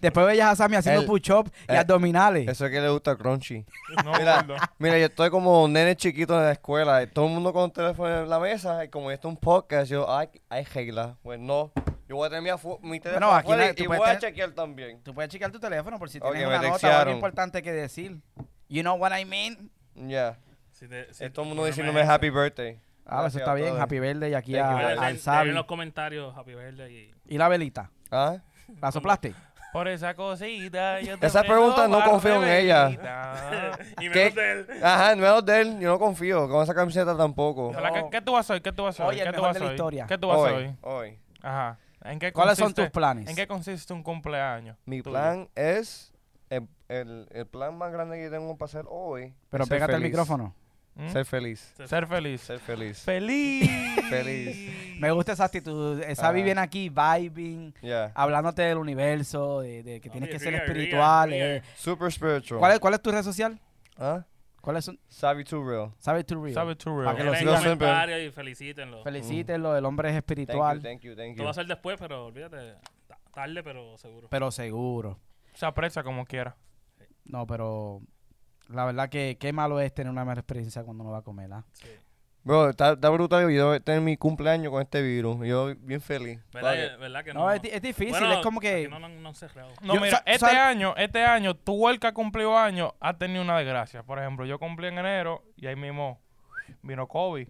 [SPEAKER 1] Después veías a Sammy haciendo
[SPEAKER 3] El-
[SPEAKER 1] push-ups y
[SPEAKER 3] el-
[SPEAKER 1] abdominales.
[SPEAKER 3] Eso es que le gusta Crunchy.
[SPEAKER 2] (laughs) No,
[SPEAKER 3] Mira.
[SPEAKER 2] bulto.
[SPEAKER 3] Mira, yo estoy como un nene chiquito en la escuela. y todo el mundo con el teléfono en la mesa. Y como esto es un podcast, yo, ay, ay, Heila. Pues no. Yo voy a tener mi, afu- mi teléfono
[SPEAKER 1] aquí
[SPEAKER 3] afuera
[SPEAKER 1] nadie-
[SPEAKER 3] y-
[SPEAKER 1] tú
[SPEAKER 3] y voy
[SPEAKER 1] puedes
[SPEAKER 3] a
[SPEAKER 1] tener-
[SPEAKER 3] chequear también.
[SPEAKER 1] Tú puedes checar tu teléfono por si
[SPEAKER 3] Ok,
[SPEAKER 1] tienes
[SPEAKER 3] me
[SPEAKER 1] una nota o algo
[SPEAKER 3] textearon.
[SPEAKER 1] importante que decir. You know what I mean?
[SPEAKER 3] Ya.
[SPEAKER 4] Si te- si
[SPEAKER 3] Eh, todo
[SPEAKER 4] te-
[SPEAKER 3] el mundo
[SPEAKER 4] no
[SPEAKER 3] diciéndome happy birthday.
[SPEAKER 1] Ah, eso está bien. Happy birthday aquí
[SPEAKER 3] Thank
[SPEAKER 1] a-
[SPEAKER 3] you, birthday.
[SPEAKER 4] Dejen-
[SPEAKER 1] al
[SPEAKER 4] dejen
[SPEAKER 1] Sabi.
[SPEAKER 4] en los comentarios, Happy Verde.
[SPEAKER 3] (laughs)
[SPEAKER 4] Y...
[SPEAKER 1] ¿Y la velita?
[SPEAKER 3] Ah,
[SPEAKER 1] ¿La soplaste?
[SPEAKER 2] Por esa cosita. yo te
[SPEAKER 3] Esa pregunta no
[SPEAKER 2] regalo
[SPEAKER 3] confío en
[SPEAKER 2] (laughs)
[SPEAKER 3] ella.
[SPEAKER 2] bebida.
[SPEAKER 4] (laughs) y
[SPEAKER 3] Ah, ¿Qué?
[SPEAKER 4] menos de él.
[SPEAKER 3] ajá, en menos de él, yo no confío con esa camiseta tampoco.
[SPEAKER 2] Hola, ¿qué, qué tú vas hoy? ¿Qué tú vas hoy?
[SPEAKER 1] Oye, el
[SPEAKER 2] ¿Qué tú
[SPEAKER 1] mejor
[SPEAKER 2] vas
[SPEAKER 1] de la
[SPEAKER 2] hoy?
[SPEAKER 1] historia.
[SPEAKER 2] ¿Qué tú vas
[SPEAKER 3] Hoy,
[SPEAKER 2] hoy?
[SPEAKER 3] hoy.
[SPEAKER 2] Ajá. ¿En qué
[SPEAKER 1] ¿Cuáles son tus
[SPEAKER 2] consiste-
[SPEAKER 1] planes?
[SPEAKER 2] ¿En qué consiste un cumpleaños?
[SPEAKER 3] Mi
[SPEAKER 2] tuyo?
[SPEAKER 3] plan es, el, el- el plan más grande que yo tengo para hacer hoy.
[SPEAKER 1] Pero
[SPEAKER 3] es ser
[SPEAKER 1] pégate el
[SPEAKER 3] feliz.
[SPEAKER 1] micrófono.
[SPEAKER 2] ¿Mm?
[SPEAKER 3] Ser feliz.
[SPEAKER 2] Ser feliz.
[SPEAKER 3] Ser feliz.
[SPEAKER 2] Feliz.
[SPEAKER 3] (laughs) Feliz.
[SPEAKER 1] Me gusta esa actitud. Eh, Sabi
[SPEAKER 3] Ah.
[SPEAKER 1] viene aquí vibing,
[SPEAKER 3] Ya.
[SPEAKER 1] hablándote del universo, de, de que tienes
[SPEAKER 4] Oye,
[SPEAKER 1] que ser
[SPEAKER 4] real,
[SPEAKER 1] espiritual.
[SPEAKER 4] real,
[SPEAKER 1] eh.
[SPEAKER 3] Super spiritual.
[SPEAKER 1] ¿Cuál, es, ¿Cuál es tu red social?
[SPEAKER 3] ¿Ah?
[SPEAKER 1] ¿Cuál es? un-
[SPEAKER 3] Savvy to real.
[SPEAKER 1] Sabe tu real.
[SPEAKER 2] Sabe tu
[SPEAKER 1] Pa'
[SPEAKER 2] real.
[SPEAKER 1] que lo
[SPEAKER 4] Dejen
[SPEAKER 3] sigan.
[SPEAKER 4] comentarios y felicítenlo.
[SPEAKER 1] Felicítenlo, el hombre es
[SPEAKER 3] Mm. Thank
[SPEAKER 1] espiritual,
[SPEAKER 3] you, thank you, thank
[SPEAKER 4] Lo va
[SPEAKER 3] you.
[SPEAKER 4] a hacer después, pero olvídate. ta- Tarde, pero seguro.
[SPEAKER 1] pero seguro.
[SPEAKER 2] Se aprecia como quiera.
[SPEAKER 1] No, pero la verdad que qué malo es tener una mala experiencia cuando uno va a comer. ¿ah?
[SPEAKER 4] Sí.
[SPEAKER 3] Bro, está, está brutal. Yo voy a tener mi cumpleaños con este virus. Yo bien feliz.
[SPEAKER 4] ¿Verdad,
[SPEAKER 3] Fuck it.
[SPEAKER 4] que- ¿Verdad que
[SPEAKER 1] No,
[SPEAKER 4] no?
[SPEAKER 1] es, di- es difícil,
[SPEAKER 4] Bueno,
[SPEAKER 1] es como
[SPEAKER 4] porque
[SPEAKER 1] que...
[SPEAKER 4] No, no, no han cerrado.
[SPEAKER 2] No,
[SPEAKER 1] Yo-
[SPEAKER 2] mira,
[SPEAKER 1] sa-
[SPEAKER 2] este
[SPEAKER 1] sal-
[SPEAKER 2] año, este año, Tuerca cumplió años, ha tenido una desgracia. Por ejemplo, yo cumplí en enero y ahí mismo vino COVID.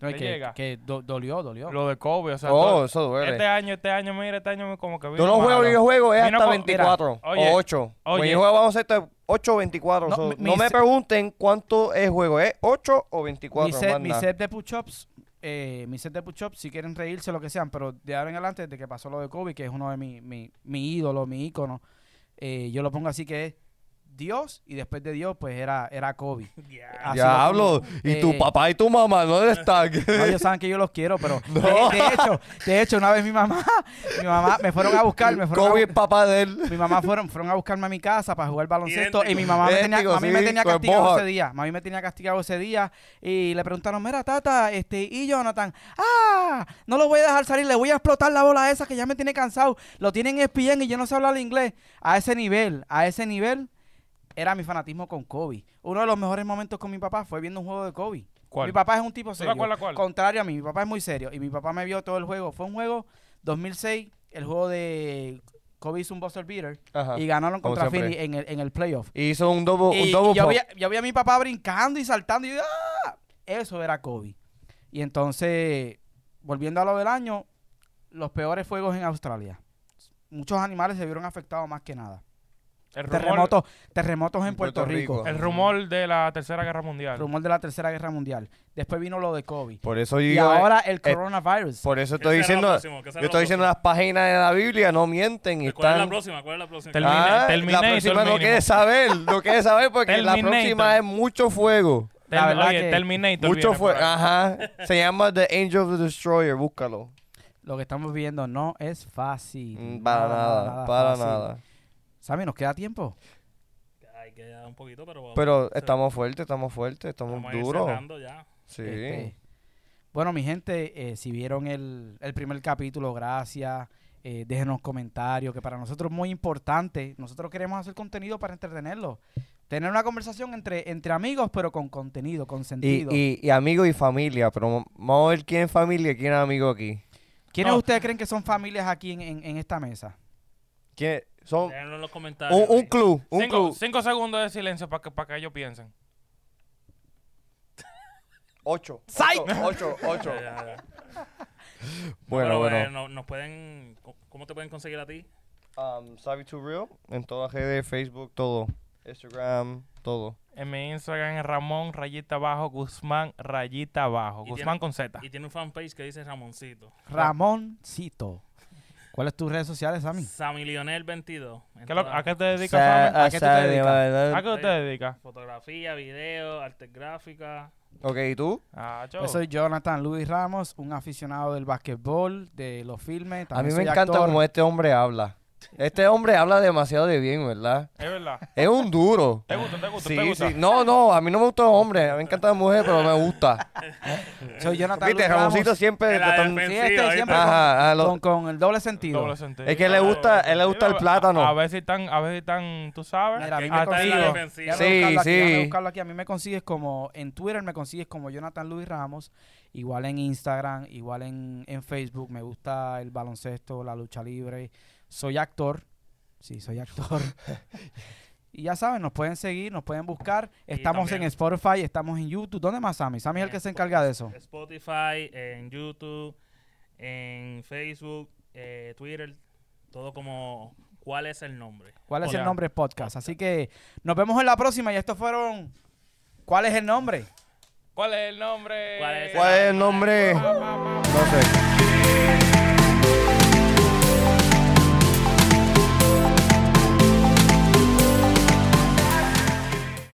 [SPEAKER 1] no, es
[SPEAKER 2] le
[SPEAKER 1] que,
[SPEAKER 2] llega.
[SPEAKER 1] que do- dolió, dolió.
[SPEAKER 2] Lo de COVID, o sea,
[SPEAKER 3] Oh,
[SPEAKER 2] todo-
[SPEAKER 3] eso duele.
[SPEAKER 2] este año, este año, mira, este año como que vino
[SPEAKER 3] Yo no juego
[SPEAKER 2] malo.
[SPEAKER 3] videojuegos, es
[SPEAKER 2] Mira
[SPEAKER 3] hasta
[SPEAKER 2] co-
[SPEAKER 3] 24
[SPEAKER 2] mira, oye,
[SPEAKER 3] o 8. Oye.
[SPEAKER 2] oye.
[SPEAKER 3] Yo juego vamos a hacer 8 o 24.
[SPEAKER 1] No,
[SPEAKER 3] so,
[SPEAKER 1] mi-
[SPEAKER 3] no
[SPEAKER 1] mi
[SPEAKER 3] me
[SPEAKER 1] se-
[SPEAKER 3] pregunten cuánto es juego, ¿es 8 o
[SPEAKER 1] mi,
[SPEAKER 3] 24?
[SPEAKER 1] set,
[SPEAKER 3] más
[SPEAKER 1] mi
[SPEAKER 3] nada.
[SPEAKER 1] set de push-ups, eh, mi set de push-ups, si quieren reírse, lo que sean, pero de ahora en adelante, desde que pasó lo de Kobe, que es uno de mi, mi, mi ídolo, mi ícono, eh, yo lo pongo así que es Dios, y después de Dios, pues era, era Kobe.
[SPEAKER 4] Ya.
[SPEAKER 1] Ah, así lo
[SPEAKER 3] Diablo,
[SPEAKER 1] pongo.
[SPEAKER 3] y
[SPEAKER 1] Eh,
[SPEAKER 3] tu papá y tu mamá, ¿dónde
[SPEAKER 1] (laughs)
[SPEAKER 3] están?
[SPEAKER 1] No, ellos saben que yo los quiero,
[SPEAKER 3] (laughs)
[SPEAKER 1] pero
[SPEAKER 3] No.
[SPEAKER 1] de, de hecho, de hecho, una vez mi mamá, mi mamá me fueron a buscar, me fueron a
[SPEAKER 3] Kobe
[SPEAKER 1] bu-
[SPEAKER 3] es papá de (laughs) él.
[SPEAKER 1] mi mamá fueron, fueron a buscarme a mi casa para jugar baloncesto
[SPEAKER 4] Idéntico.
[SPEAKER 1] y mi mamá me tenía,
[SPEAKER 3] Idéntico,
[SPEAKER 1] mami me
[SPEAKER 3] sí,
[SPEAKER 1] tenía
[SPEAKER 3] con el
[SPEAKER 1] castigado ese
[SPEAKER 3] mohawk.
[SPEAKER 1] día, mami me tenía castigado ese día y le preguntaron, mira tata, este, y Jonathan, ah, no lo voy a dejar salir, le voy a explotar la bola esa que ya me tiene cansado, lo tienen E espien y yo no sé hablar inglés, a ese nivel, a ese nivel era mi fanatismo con Kobe. Uno de los mejores momentos con mi papá fue viendo un juego de Kobe.
[SPEAKER 2] ¿Cuál?
[SPEAKER 1] Mi papá es un tipo serio.
[SPEAKER 2] acuerdas cuál?
[SPEAKER 1] Contrario a mí, mi papá es muy serio. Y mi papá me vio todo el juego. Fue un juego 2006, el juego de Kobe hizo un buzzer beater
[SPEAKER 3] Ajá.
[SPEAKER 1] y ganaron
[SPEAKER 3] Ah, como
[SPEAKER 1] contra
[SPEAKER 3] siempre.
[SPEAKER 1] Philly en el, en el playoff.
[SPEAKER 3] Y hizo un double,
[SPEAKER 1] Y,
[SPEAKER 3] un
[SPEAKER 1] y
[SPEAKER 3] double
[SPEAKER 1] yo,
[SPEAKER 3] pop.
[SPEAKER 1] vi, a- yo vi a mi papá brincando y saltando. Y yo, ¡ah! Eso era Kobe. Y entonces, volviendo a lo del año, los peores fuegos en Australia. Muchos animales se vieron afectados más que nada.
[SPEAKER 2] El rumor,
[SPEAKER 1] Terremotos, terremotos en
[SPEAKER 3] En
[SPEAKER 1] Puerto,
[SPEAKER 3] Puerto
[SPEAKER 1] Rico.
[SPEAKER 3] Rico.
[SPEAKER 2] El rumor de la Tercera Guerra Mundial.
[SPEAKER 1] Rumor de la Tercera Guerra Mundial. Después vino lo de Kobe.
[SPEAKER 3] Por eso yo
[SPEAKER 1] Y
[SPEAKER 3] digo,
[SPEAKER 1] ahora el
[SPEAKER 3] eh,
[SPEAKER 1] coronavirus.
[SPEAKER 3] por eso
[SPEAKER 4] ¿Qué
[SPEAKER 3] estoy
[SPEAKER 4] será
[SPEAKER 3] diciendo,
[SPEAKER 4] lo próximo? ¿Qué será
[SPEAKER 3] yo
[SPEAKER 4] lo
[SPEAKER 3] estoy diciendo
[SPEAKER 4] próximo?
[SPEAKER 3] las páginas de la Biblia, no mienten y
[SPEAKER 4] ¿Cuál es la
[SPEAKER 3] están-
[SPEAKER 4] próxima? ¿Cuál es la próxima?
[SPEAKER 2] Termina-
[SPEAKER 3] Ah,
[SPEAKER 2] Terminator
[SPEAKER 3] la próxima no
[SPEAKER 2] mínimo.
[SPEAKER 3] quiere saber, no quiere saber porque la
[SPEAKER 2] Terminator.
[SPEAKER 3] próxima es mucho fuego.
[SPEAKER 2] Tel-
[SPEAKER 1] La verdad
[SPEAKER 2] oye,
[SPEAKER 1] que
[SPEAKER 2] Terminator
[SPEAKER 3] Mucho
[SPEAKER 2] viene
[SPEAKER 3] fue,
[SPEAKER 2] por ahí.
[SPEAKER 3] ajá. Se llama The Angel of the Destroyer, búscalo.
[SPEAKER 1] Lo que estamos viendo no es fácil.
[SPEAKER 3] Mm, Para nada, para
[SPEAKER 1] Ah, fácil.
[SPEAKER 3] nada.
[SPEAKER 1] Sammy, ¿nos queda tiempo?
[SPEAKER 4] Ay, queda un poquito, pero... vamos.
[SPEAKER 3] Ah. Pero
[SPEAKER 4] Se-
[SPEAKER 3] estamos fuertes, estamos fuertes, estamos
[SPEAKER 4] vamos a ir
[SPEAKER 3] duros.
[SPEAKER 4] cerrando ya.
[SPEAKER 3] Sí.
[SPEAKER 1] Este, bueno, mi gente, eh, si vieron el, el primer capítulo, gracias. Eh, déjenos comentarios, que para nosotros es muy importante. Nosotros queremos hacer contenido para entretenerlos. Tener una conversación entre, entre amigos, pero con contenido, con
[SPEAKER 3] Y,
[SPEAKER 1] sentido.
[SPEAKER 3] y, y amigo y familia, pero vamos a ver quién es familia y quién es amigo aquí.
[SPEAKER 1] ¿Quiénes
[SPEAKER 2] No.
[SPEAKER 1] ustedes creen que son familias aquí en, en- en esta mesa?
[SPEAKER 3] ¿Quién- son
[SPEAKER 4] Déjenlo en los comentarios.
[SPEAKER 3] un, un
[SPEAKER 4] sí.
[SPEAKER 3] club, un
[SPEAKER 2] Cinco,
[SPEAKER 3] club.
[SPEAKER 2] cinco segundos de silencio para que, para que ellos piensen.
[SPEAKER 3] Ocho.
[SPEAKER 1] ¡Sai!
[SPEAKER 3] Ocho, ocho, ocho.
[SPEAKER 4] Ya, ya, ya.
[SPEAKER 3] Bueno,
[SPEAKER 4] Pero, eh,
[SPEAKER 3] bueno.
[SPEAKER 4] no- nos pueden... ¿Cómo te pueden conseguir a ti?
[SPEAKER 3] Um, Savvy to Real, en todas las redes, Facebook, todo. Instagram, todo.
[SPEAKER 2] En mi Instagram es Ramón rayita abajo, Guzmán rayita abajo.
[SPEAKER 4] Y
[SPEAKER 2] Guzmán
[SPEAKER 4] tiene-
[SPEAKER 2] con Z.
[SPEAKER 4] Y tiene un fanpage que dice Ramoncito.
[SPEAKER 3] Ah.
[SPEAKER 1] Ramoncito. ¿Cuál es tus redes sociales, Sammy?
[SPEAKER 4] Sami Lionel 22. en
[SPEAKER 2] ¿Qué lo-
[SPEAKER 4] todas-
[SPEAKER 2] ¿A qué te dedicas? Sammy?
[SPEAKER 3] Sa-
[SPEAKER 1] ¿A
[SPEAKER 3] a
[SPEAKER 1] qué tú te
[SPEAKER 3] Savvy,
[SPEAKER 1] dedicas?
[SPEAKER 3] ¿verdad?
[SPEAKER 2] ¿A qué usted te dedicas?
[SPEAKER 4] Fotografía, video, artes gráficas.
[SPEAKER 3] Ok, ¿y tú?
[SPEAKER 2] Ah, yo.
[SPEAKER 1] Yo soy Jonathan Luis Ramos, un aficionado del básquetbol, de los filmes.
[SPEAKER 3] A
[SPEAKER 1] también
[SPEAKER 3] mí me
[SPEAKER 1] soy
[SPEAKER 3] encanta
[SPEAKER 1] actor.
[SPEAKER 3] cómo este hombre habla. Este hombre habla demasiado de bien, ¿verdad?
[SPEAKER 2] Es verdad.
[SPEAKER 3] Es un duro.
[SPEAKER 2] ¿Te gusta, te gusta,
[SPEAKER 3] Sí,
[SPEAKER 2] te gusta?
[SPEAKER 3] sí. No, no, a mí no me gustan los hombres. A mí me encantan las mujeres, pero me gusta.
[SPEAKER 1] Soy Jonathan
[SPEAKER 3] Viste,
[SPEAKER 1] Luis Ramos.
[SPEAKER 3] Ramoncito siempre...
[SPEAKER 4] De la
[SPEAKER 3] tratando-
[SPEAKER 1] Sí,
[SPEAKER 4] defensiva,
[SPEAKER 1] este
[SPEAKER 4] ¿viste?
[SPEAKER 1] siempre
[SPEAKER 3] Ajá,
[SPEAKER 1] con,
[SPEAKER 3] ajá, lo-
[SPEAKER 1] con- con el doble sentido.
[SPEAKER 2] Doble sentido.
[SPEAKER 3] Es que le gusta-
[SPEAKER 2] Doble
[SPEAKER 3] él le gusta el
[SPEAKER 2] sentido. A-
[SPEAKER 3] plátano.
[SPEAKER 2] A veces tan, a veces tan, tú sabes.
[SPEAKER 1] Mira, a mí me
[SPEAKER 2] Ah,
[SPEAKER 4] está en la
[SPEAKER 1] consigo.
[SPEAKER 4] defensiva.
[SPEAKER 1] Déjame buscarlo aquí,
[SPEAKER 3] sí.
[SPEAKER 1] déjame buscarlo aquí. A mí me consigues como en Twitter, me consigues como Jonathan Luis Ramos, igual en Instagram, igual en, en Facebook. Me gusta el baloncesto, la lucha libre. Soy actor. Sí, soy
[SPEAKER 3] (laughs)
[SPEAKER 1] actor. y ya saben, nos pueden seguir, nos pueden buscar.
[SPEAKER 4] Y
[SPEAKER 1] Estamos en
[SPEAKER 4] también-
[SPEAKER 1] Spotify, estamos en YouTube. ¿Dónde más, Sammy? Sammy es el que se encarga de eso.
[SPEAKER 4] Spotify, en YouTube, en Facebook, eh, Twitter, todo como ¿cuál es el nombre?
[SPEAKER 1] ¿Cuál es el
[SPEAKER 2] Ya.
[SPEAKER 1] nombre del podcast? Así que nos vemos en la próxima. Y estos fueron. ¿Cuál es el nombre?
[SPEAKER 2] ¿Cuál es el nombre?
[SPEAKER 3] Pues,
[SPEAKER 4] ¿Cuál es
[SPEAKER 3] ¿Cuál es el nombre? No sé.